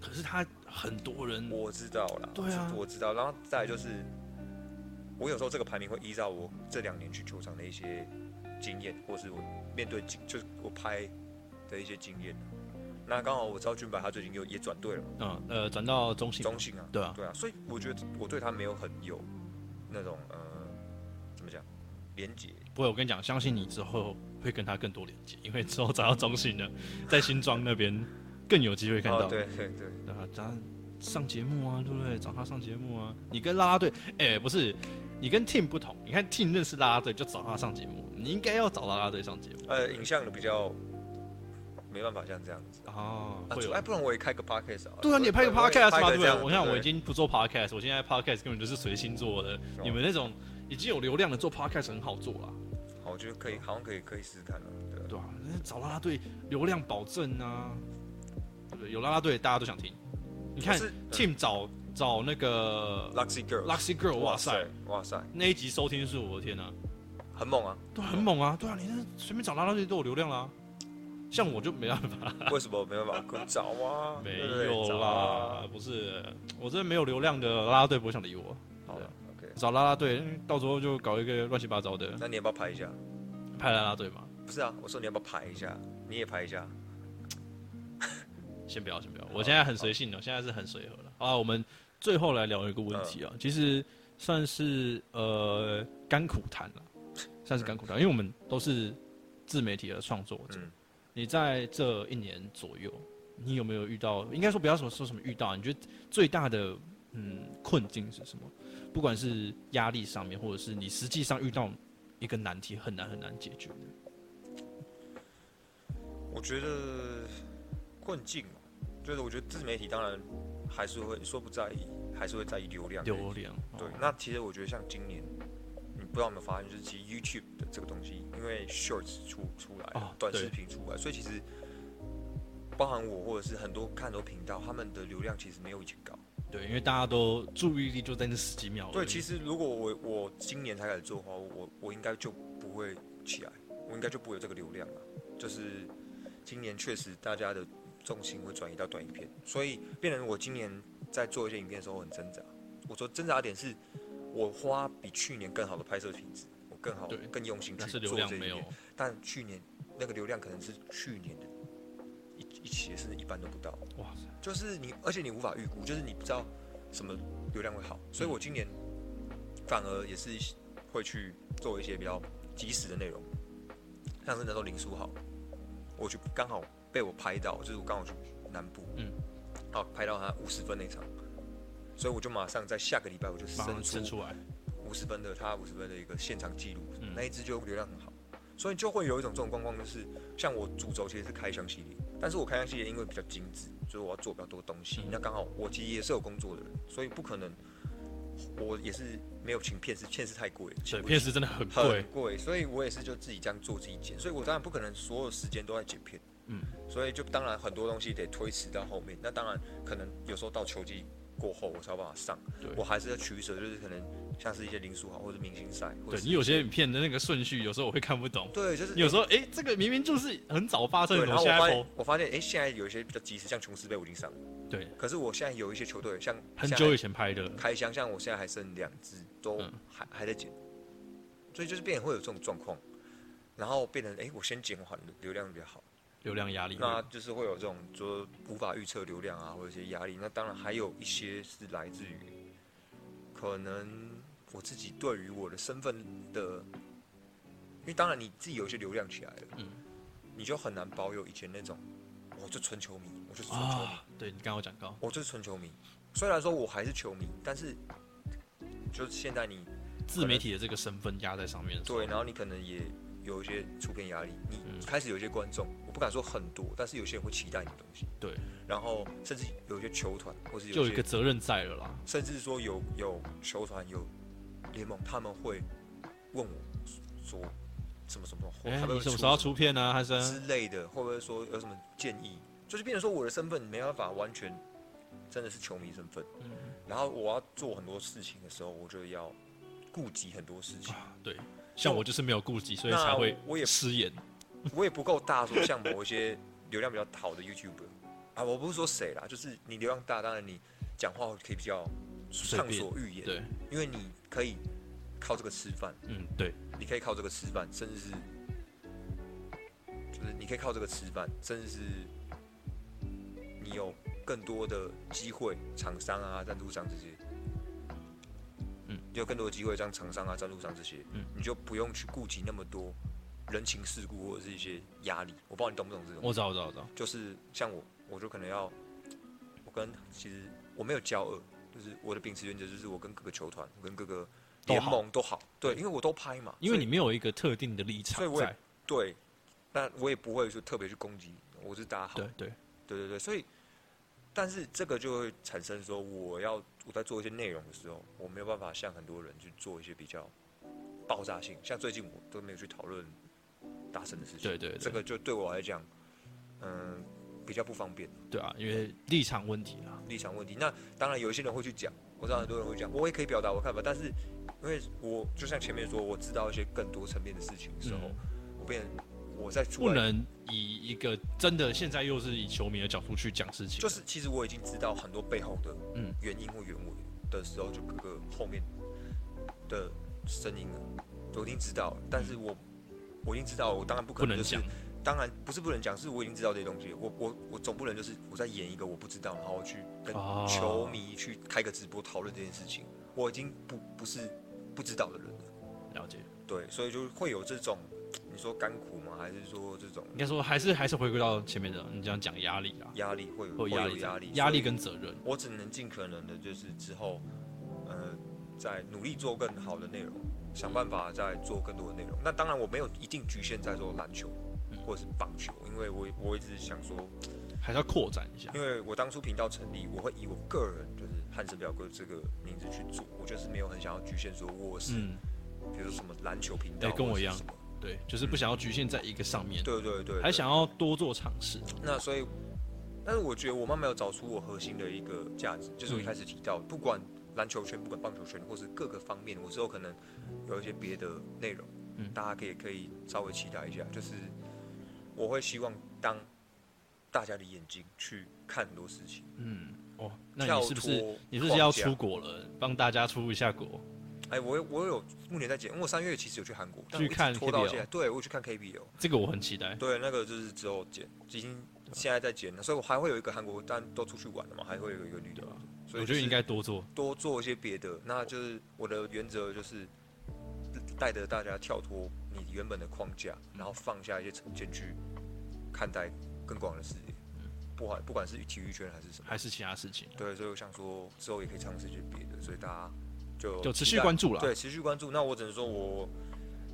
A: 可是他很多人
B: 我知道啦，
A: 嗯对啊
B: 我知道。然后再来就是，我有时候这个排名会依照我这两年去球场的一些经验，或是我面对经就是我拍的一些经验。那刚好我知道俊白他最近又也转队了嘛，
A: 嗯呃转到中信，
B: 中信啊，
A: 对啊，
B: 对啊，所以我觉得我对他没有很有那种呃怎么讲连结，
A: 不会，我跟你讲，相信你之后会跟他更多连接，因为之后找到中信呢，在新庄那边更有机会看到。
B: 哦，对对对，
A: 对啊，咱上节目啊，对不对？找他上节目啊。你跟啦啦队，哎、不是，你跟 Team 不同。你看 Team 认识啦啦队，就找他上节目。你应该要找啦啦队上节目。
B: 呃，影像的比较没办法像这样子。
A: 哦，
B: 啊
A: 会有
B: 哎，。不然我也开个 podcast 啊。
A: 对啊，你也拍个 podcast 嘛，对
B: 对
A: 不对？我想我已
B: 经。
A: 经不做 podcast，我现在 podcast 根本就是随心做的。你们那种已经有流量的做 podcast 很好做啦，
B: 好，我觉得可以，好像可以，可以试试看了。对啊，
A: 对吧、那找啦啦队流量保证啊，对不对？有啦啦队大家都想听。你看
B: 可是
A: Team 找找那个
B: Luxy Girl，
A: Luxy Girl，哇塞，，
B: 哇塞，
A: 那一集收听数，我的天啊！
B: 很 猛啊！
A: 对啊，很猛啊！对啊，你那随便找拉拉队都有流量啦、像我就没办法，
B: 为什么没办法？可找啊，
A: 没
B: 对不对
A: 有
B: 找
A: 啦
B: 啊。，
A: 不是，我真的没有流量的拉拉队不会想理我。
B: 好了，OK，
A: 找拉拉队，嗯到时候就搞一个乱七八糟的
B: 那你要不要排一下？
A: 派拉拉队嘛。
B: 不是啊，我说你要不要排一下？你也排一下。
A: 先不要，先不要，我现在很随性哦的，现在是很随和了。好啊，我们最后来聊一个问
B: 嗯
A: 题啊，其实算是呃甘苦谈了，算是甘苦谈，因为我们都是自媒体的创作者。
B: 嗯
A: 你在这一年左右，你有没有遇到？应该说不要说说什么遇到，你觉得最大的嗯困境是什么？不管是压力上面，或者是你实际上遇到一个难题很难很难解决的。
B: 我觉得困境嘛，就是我觉得自媒体当然还是会说不在意，还是会在意流量。
A: 流量
B: 对
A: 哦，
B: 那其实我觉得像今年，你不知道有没有发现，就是其实 YouTube 的这个东西，因为 Shorts 出出来了，
A: 哦
B: 短
A: 对
B: 视频出来，所以其实包含我或者是很多看很多频道，他们的流量其实没有以前高。
A: 对，因为大家都注意力就在那十几秒而已。
B: 对，其实如果我我今年才开始做的话，我我应该就不会起来，我应该就不会有这个流量了。就是今年确实大家的重心会转移到短影片，所以变成我今年在做一些影片的时候很挣扎。我说挣扎的点是，我花比去年更好的拍摄品质，我更好
A: 对、
B: 更用心
A: 但
B: 去
A: 是流
B: 做
A: 量
B: 这一
A: 没有
B: 面，，但去年那个流量可能是去年的一一起，甚至一般都不到。
A: 哇塞，
B: 就是你，而且你无法预估，就是你不知道什么流量会好，所以
A: 嗯
B: 我今年反而也是会去做一些比较及时的内容，像是那时候林书豪，我去刚好被我拍到，就是我刚好去南部，
A: 嗯，
B: 哦，拍到他五十分那场，所以我就马上在下个礼拜我就
A: 马上
B: 生
A: 生
B: 出
A: 出来，
B: 五十分的他五十分的一个现场记录，
A: 嗯
B: 那一支就流量很好。所以就会有一种这种状况，就是像我主轴其实是开箱系列，但是我开箱系列因为比较精致，所以我要做比较多东西。
A: 嗯
B: 那刚好我其实也是有工作的人，所以不可能，我也是没有请片师，片师太贵了，
A: 对，
B: 请不
A: 片
B: 起
A: 时真的很
B: 很
A: 贵，
B: 贵，所以我也是就自己这样做自己剪，所以我当然不可能所有时间都在剪片，
A: 嗯，
B: 所以就当然很多东西得推迟到后面。那当然可能有时候到球季过后，我才有办法上
A: 对。
B: 我还是要取舍，就是可能像是一些林书豪或者明星赛，或者
A: 对
B: 是
A: 你有些影片的那个顺序，有时候我会看不懂。
B: 对，就是
A: 有时候，哎，这个明明就是很早发生
B: 对，
A: 的，
B: 然
A: 我
B: 后
A: 现在
B: 我发
A: 播
B: 现，我发现，哎、现在有一些比较及时，像琼斯杯我已经上了，
A: 对，
B: 可是我现在有一些球队，像
A: 很
B: 现在
A: 久以前拍的，
B: 开箱，像我现在还剩两只，都
A: 嗯
B: 还、还在减，所以就是变成会有这种状况，然后变成哎、诶我先减缓流量比较好，
A: 流量压力会。
B: 那就是会有这种说无法预测流量啊，或者一些压力。那当然还有一些是来自于可能我自己对于我的身份的，因为当然你自己有一些流量起来了，
A: 嗯
B: 你就很难保有以前那种我就纯球迷，我就是纯球迷。
A: 啊，对你刚刚有讲到，
B: 我就是纯球迷。虽然说我还是球迷，但是就是现在你
A: 自媒体的这个身份压在上面的时候，
B: 对，然后你可能也有一些出片压力，
A: 嗯
B: 你开始有一些观众，我不敢说很多，但是有些人会期待你的东西。
A: 对，
B: 然后甚至有一些球团，或是
A: 就
B: 有
A: 有
B: 一
A: 一个
B: 些，
A: 责任在了啦。
B: 甚至说有有球团有联盟，他们会问我说什么什么，或
A: 哎，
B: 他们
A: 你
B: 会
A: 什么时
B: 出
A: 候要出片啊呢？还是
B: 之类的，会不会说有什么建议？就是变成说我的身份没办法完全真的是球迷身份，
A: 嗯
B: 然后我要做很多事情的时候，我就要顾及很多事 情。
A: 啊，对，像我就是没有顾忌，所以
B: 那
A: 才会
B: 我也
A: 失言。
B: 我也不够大，说像某一些流量比较好的 YouTuber 啊，我不是说谁啦，就是你流量大，当然你讲话可以比较
A: 随
B: 畅
A: 便
B: 所欲言，
A: 对，
B: 因为你可以靠这个吃饭，
A: 嗯，对，
B: 你可以靠这个吃饭，甚至是就是你可以靠这个吃饭，甚至是你有更多的机会，厂商啊、赞助商这些，
A: 嗯，
B: 你有更多的机会让厂商啊、赞助商这些，
A: 嗯，
B: 你就不用去顾及那么多人情世故或者是一些压力。我不知道你懂不懂这种，
A: 我知道，我知道，我知道。
B: 就是像我，我就可能要，我跟其实我没有骄傲，就是我的秉持原则就是我跟各个球团、我跟各个
A: 都
B: 联
A: 好
B: 盟都好，对，因为我都拍嘛，
A: 因为
B: 所以
A: 你没有一个特定的立
B: 所以
A: 场
B: 我也
A: 在，
B: 对，但我也不会说特别去攻击，我是大家好，
A: 对对，
B: 对对对，所以，但是这个就会产生说，我要我在做一些内容的时候，我没有办法像很多人去做一些比较爆炸性，像最近我都没有去讨论达成的事情，
A: 对对对
B: 这个就对我来讲，嗯，比较不方便。
A: 对啊，因为立场问题啊啦。
B: 立场问题。那当然，有一些人会去讲，我知道很多人会讲，我也可以表达我看法，但是因为我就像前面说，我知道一些更多层面的事情的时候，
A: 嗯
B: 我变成我在出
A: 不
B: 来，
A: 能以一个真的现在又是以球迷的角度去讲事情，啊
B: 就是其实我已经知道很多背后的
A: 嗯
B: 原因或原委的时候，就各个后面的声音了，我已经知道了，但是我我已经知道了，我当然不可
A: 不
B: 能
A: 能
B: 就是
A: 讲。
B: 当然不是不能讲，是我已经知道这些东西。我我我总不能就是我在演一个我不知道，然后去跟
A: 哦
B: 球迷去开个直播讨论这件事情。我已经不不是不知道的人了，
A: 了解，
B: 对，所以就会有这种你说甘苦吗？还是说这种
A: 应该说还是还是回归到前面的，你这样讲压力啊，
B: 压力会有
A: 会有
B: 会
A: 压
B: 有
A: 力在，
B: 压力？
A: 压力
B: 所以
A: 跟责任，
B: 我只能尽可能的，就是之后呃，在努力做更好的内容，想办法再做更多的内容。那当然我没有一定局限在做篮球
A: 嗯
B: 或者是棒球，因为我我一直想说。
A: 还是要扩展一下。
B: 因为我当初频道成立，我会以我个人就是汉森表哥这个名字去做，我就是没有很想要局限说我是，
A: 嗯，
B: 比如说什么篮球频道，
A: 对跟我一样
B: 或者是什么
A: 对，就是不想要局限在一个上面，
B: 嗯对对对，
A: 还想要多做尝试。
B: 对那所以，但是我觉得我妈没有找出我核心的一个价值，就是我一
A: 嗯
B: 开始提到，不管篮球圈，不管棒球圈，或是各个方面，我之后可能有一些别的内容，
A: 嗯
B: 大家可以可以稍微期待一下，就是我会希望当大家的眼睛去看很多事情，
A: 嗯，哦，那
B: 跳
A: 你是不是
B: 脱
A: 你是不是要
B: 框架
A: 出国了？帮大家出一下国。
B: 哎，我有我有目前在剪，因为我三月其实有去韩国，但
A: 去
B: 我一直
A: 看
B: 拖到
A: KBL
B: 现在，对我有去看 KBL，
A: 这个我很期待。
B: 对，那个就是只有剪，已经现在在剪了，所以我还会有一个韩国，但都出去玩了嘛，还会有一个旅游
A: 对啊，
B: 所以
A: 我觉得应该多做。
B: 多做一些别的。那就是我的原则就是带着大家跳脱你原本的框架，然后放下一些成见去看待更广的视野，
A: 嗯
B: 不管不管是体育圈还是什么，
A: 还是其他事情，
B: 对，所以我想说之后也可以尝试一些别的，所以大家就
A: 就持
B: 期
A: 续
B: 待
A: 关注啦。
B: 对，持续关注。那我只能说，我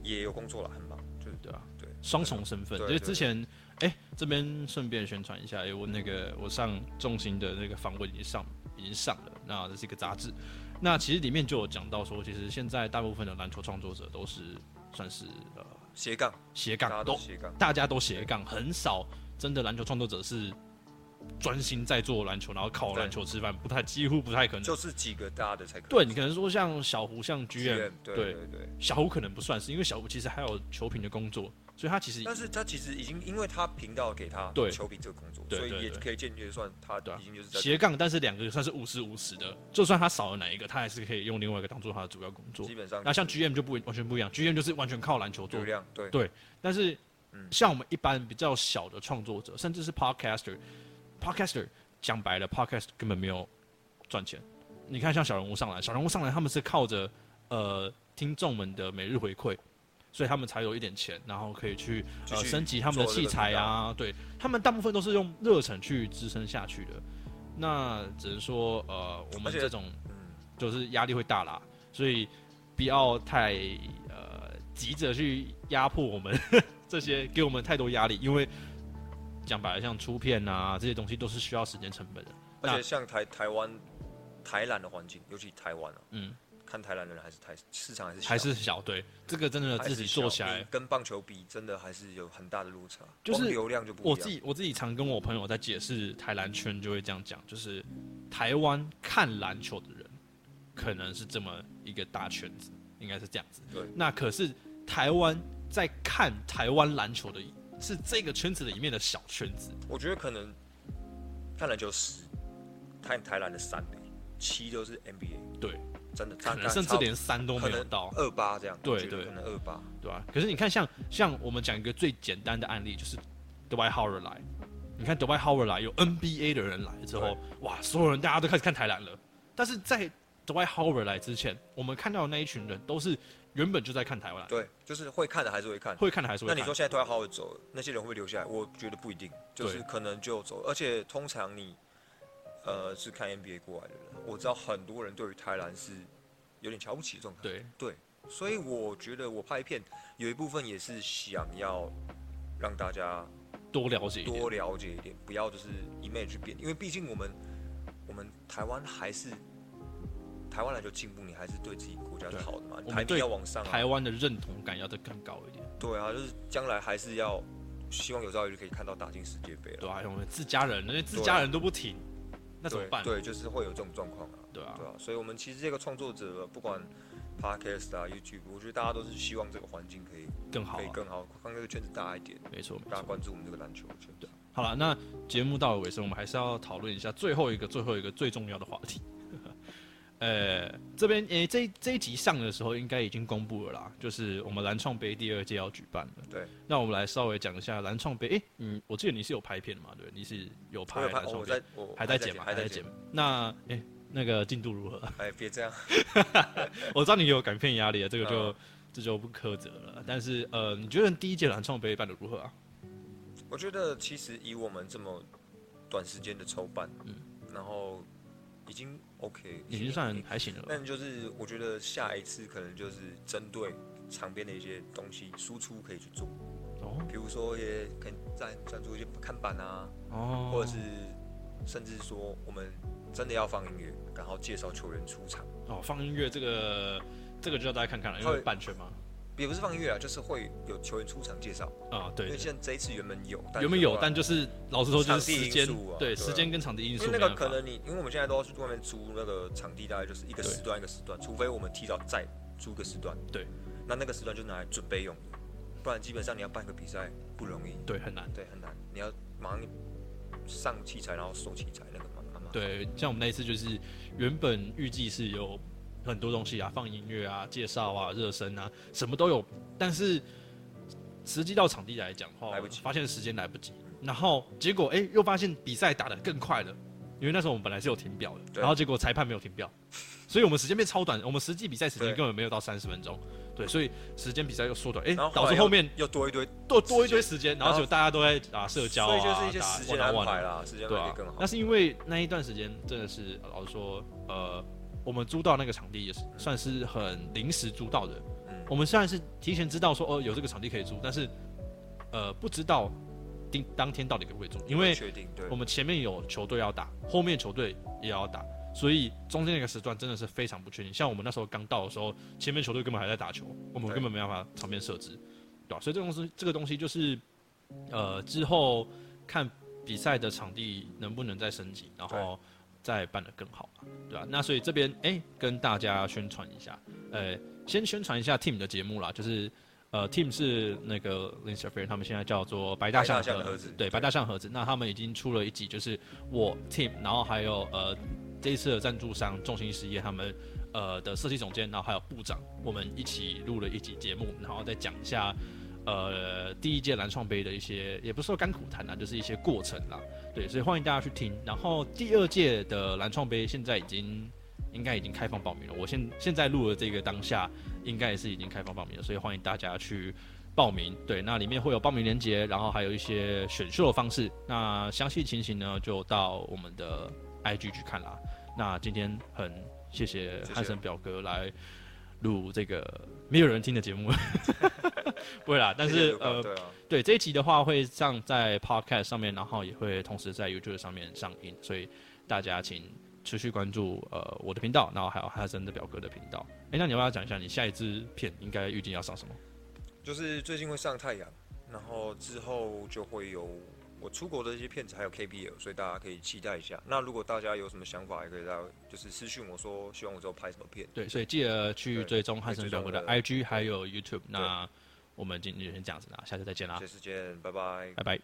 B: 也有工作了，很忙，就是
A: 对啊，
B: 对
A: 双重身份。
B: 对嗯
A: 就是之前，哎、这边顺便宣传一下，哎、我那个我上重心的那个访问已经上已经上了，那这是一个杂志，那其实里面就有讲到说，其实现在大部分的篮球创作者都是算是呃
B: 斜杠，
A: 斜
B: 大家
A: 杠，
B: 都
A: 都
B: 斜杠，
A: 大家都斜杠，很少真的篮球创作者是专心在做篮球，然后靠
B: 对
A: 篮球吃饭，不太几乎不太可能。
B: 就是几个大的才可能。
A: 对你可能说像小胡、像 GM，
B: GM，对
A: 对
B: 对对。
A: 小胡可能不算是，因为小胡其实还有球评的工作，所以他其实
B: 但是他其实已经，因为他频道给他
A: 对
B: 球评这个工作，
A: 对
B: 所以
A: 对
B: 也
A: 对
B: 可以间接算他
A: 对啊
B: 已经就是在
A: 斜杠，但是两个算是五十五十的，就算他少了哪一个，他还是可以用另外一个当做他的主要工作
B: 基。本上
A: 那像 GM 就不完全不一样，GM 就是完全靠篮球做
B: 流，量对
A: 对但是
B: 嗯
A: 像我们一般比较小的创作者，甚至是 podcaster，podcaster 讲白了，podcast 根本没有赚钱。你看，像小人物上来，小人物上来，他们是靠着呃听众们的每日回馈，所以他们才有一点钱，然后可以去
B: 继
A: 呃
B: 续
A: 升级他们的
B: 做这
A: 器
B: 个
A: 材
B: 频道
A: 啊，对他们大部分都是用热忱去支撑下去的。那只能说呃，我们
B: 而且
A: 这种
B: 嗯，
A: 就是压力会大啦，所以不要太呃急着去压迫我们 这些，给我们太多压力，因为讲白了，像出片啊这些东西都是需要时间成本的。那
B: 而且像台台湾台南的环境，尤其台湾啊，
A: 嗯，
B: 看台南人还是台市场还是小
A: 还是小对，这个真的
B: 还
A: 自
B: 是嗯
A: 己做起
B: 小
A: 来
B: 你，跟棒球比，真的还是有很大的落差，
A: 就是
B: 光流量就不一
A: 我
B: 样。
A: 自己我自己常跟我朋友在解释台篮圈，就会这样讲，就是台湾看篮球的人可能是这么一个大圈子，应该是这样子。
B: 对
A: 那可是台湾在看台湾篮球的是这个圈子里面的小圈子，
B: 我觉得可能看篮球十，看台南的三倍，七都是 NBA，
A: 对，
B: 真的，
A: 可能甚至连三都没有到，
B: 二八这样，
A: 对
B: 我觉得
A: 对
B: 可能二八，
A: 对吧、可是你看像，像我们讲一个最简单的案例，就是 Dwight Howard 来，你看 Dwight Howard 来有 NBA 的人来之后，哇，所有人大家都开始看台篮了。但是在 Dwight Howard 来之前，我们看到的那一群人都是原本就在看台湾，
B: 对，就是会看的还是会看。
A: 会看的还是会
B: 那
A: 看。
B: 你说现在都要好好走了，那些人会不会留下来？我觉得不一定，就是
A: 对
B: 可能就走。而且通常你，呃，是看 NBA 过来的人，我知道很多人对于台南是有点瞧不起的状态。
A: 对
B: 所以我觉得我拍片有一部分也是想要让大家
A: 多了解一点，
B: 多了解一点，不要就是一昧地去变，因为毕竟我们我们台湾还是台湾篮球进步，你还是对自己国家是
A: 对
B: 好的嘛，
A: 我们
B: 台
A: 对
B: 面要往上啊，
A: 台湾的认同感要再更高一点，
B: 对啊，就是将来还是要希望有朝一日可以看到打进世界杯了，
A: 对吧、啊？我们自家人，那些自家人都不挺，那怎么
B: 对
A: 办？
B: 对，就是会有这种状况啊，
A: 对啊
B: 对，啊，所以我们其实这个创作者不管 podcast 啊、YouTube，我觉得大家都是希望这个环境可以
A: 更好
B: 可以
A: 啊，
B: 更好，让这个圈子大一点，
A: 没错没
B: 大家
A: 错。
B: 关注我们这个篮球圈子。
A: 好了，那节目到了尾声，我们还是要讨论一下最后一个、最后一个最重要的话题。 呃，这边诶、这这一集上的时候应该已经公布了啦，就是我们蓝创杯第二届要举办了。
B: 对，
A: 那我们来稍微讲一下蓝创杯。诶、嗯，我记得你是有拍片的嘛？对，你是有
B: 我
A: 拍
B: 有
A: 蓝
B: 拍，哦
A: 创
B: 我
A: 杯
B: 在，，我
A: 还在
B: 在
A: 剪嘛？
B: 还
A: 在
B: 在
A: 剪。。那诶、那个进度如何？
B: 哎，别这样，
A: 我知道你有改片压力啊，这个
B: 嗯
A: 就、这就不苛责了。但是呃，你觉得第一届蓝创杯办的如何啊？
B: 我觉得其实以我们这么短时间的筹办，
A: 嗯
B: 然后已经 OK，
A: 已经算还行了吧。
B: 但就是我觉得下一次可能就是针对场边的一些东西输出可以去做，
A: 哦
B: 比如说也可以赞赞助一些看板啊，
A: 哦，
B: 或者是甚至说我们真的要放音乐，然后介绍球员出场，
A: 哦，放音乐这个这个就要大家看看了，因为
B: 会
A: 版权嘛。
B: 也不是放音乐啊，就是会有球员出场介绍，
A: 啊，
B: 因
A: 对
B: 为，像这一次原本有，
A: 原本有，
B: 后来
A: 但就是老实说就是时间
B: 场地因素，啊
A: 对，
B: 对啊
A: 时间跟场地因
B: 因
A: 素
B: 为
A: 没
B: 那
A: 办
B: 个
A: 法。
B: 可能你，因为我们现在都要去外面租那个场地，大概就是一个
A: 对
B: 时段一个时段，除非我们提早再租个时段。
A: 对，
B: 那那个时段就拿来准备用的，不然基本上你要办个比赛不容易，
A: 对很难。
B: 对，很难。你要马上上器材，然后收器材，那个慢慢慢。
A: 对，像我们那一次就是原本预计是有很多东西啊，放音乐啊、介绍啊、热身啊，什么都有，但是实际到场地来讲的话，
B: 来不及
A: 发现时间来不及，然后结果哎、诶又发现比赛打得更快了，因为那时候我们本来是有停表的，
B: 对
A: 然后结果裁判没有停表，所以我们时间变超短，我们实际比赛时间
B: 对
A: 根本没有到三十分钟，对，所以时间比赛又缩短，哎、
B: 然后
A: 导
B: 来
A: 致
B: 又
A: 后面
B: 又多一堆
A: 多多一堆时间，然后
B: 然后
A: 就大家都在打社交
B: 所
A: 啊，
B: 以就是一些
A: 打
B: 时间
A: one on
B: 安
A: one 啊
B: 排啦，时间安
A: 对
B: 排
A: 啊
B: 可以更，好
A: 那。是因为那一段时间真的是呃老实说，呃，我们租到那个场地也是算是很临时租到的。
B: 嗯，
A: 我们虽然是提前知道说哦有这个场地可以租，但是呃不知道当当天到底可不可以租，因为
B: 确定对
A: 我，们前面有球队要打，后面球队也要打，所以中间那个时段真的是非常不确定。像我们那时候刚到的时候，前面球队根本还在打球，我们
B: 对
A: 根本没办法场边设置，对吧、所以这个东西，这个东西就是呃之后看比赛的场地能不能再升级，然
B: 对
A: 后再办得更好嘛，对吧、那所以这边哎、跟大家宣传一下，呃，先宣传一下 Team 的节目啦，就是呃，Team 是那个 l i n s h e f e r 他们现在叫做白大象
B: 白大象的
A: 盒
B: 盒子
A: 对，
B: 对
A: 白大象盒子。那他们已经出了一集，就是我 Team，然后还有呃这一次的赞助商众兴实业他们呃的设计总监，然后还有部长，我们一起录了一集节目，然后再讲一下。呃，第一届蓝创杯的一些，也不是说甘苦谈啦，啊就是一些过程啦，对，所以欢迎大家去听。然后第二届的蓝创杯现在已经应该已经开放报名了，我现现在录的这个当下，应该也是已经开放报名了，所以欢迎大家去报名。对，那里面会有报名链接，然后还有一些选秀的方式。那详细情形呢，就到我们的 IG 去看啦。那今天很谢谢
B: 谢
A: 汉森表哥来录这个没有人听的节目， 不会啦，但
B: 谢谢
A: 是
B: 卢卡
A: 呃，
B: 对啊，
A: 对这一集的话会上在 Podcast 上面，然后也会同时在 YouTube 上面上映，所以大家请持续关注呃我的频道，然后还有哈森的表哥的频道。哎，那你要不要讲一下你下一支片应该预计要上什么？
B: 就是最近会上太阳，然后之后就会有我出国的一些片子，还有 KBL，所以大家可以期待一下。那如果大家有什么想法，也可以大家就是私信我说，希望我之后拍什么片。
A: 对，所以记得去
B: 对
A: 追踪汉森表哥的
B: 可以
A: IG 还有 YouTube。那我们今天就先这样子啦，下次再见啦
B: 下，次见，拜拜。
A: 拜拜。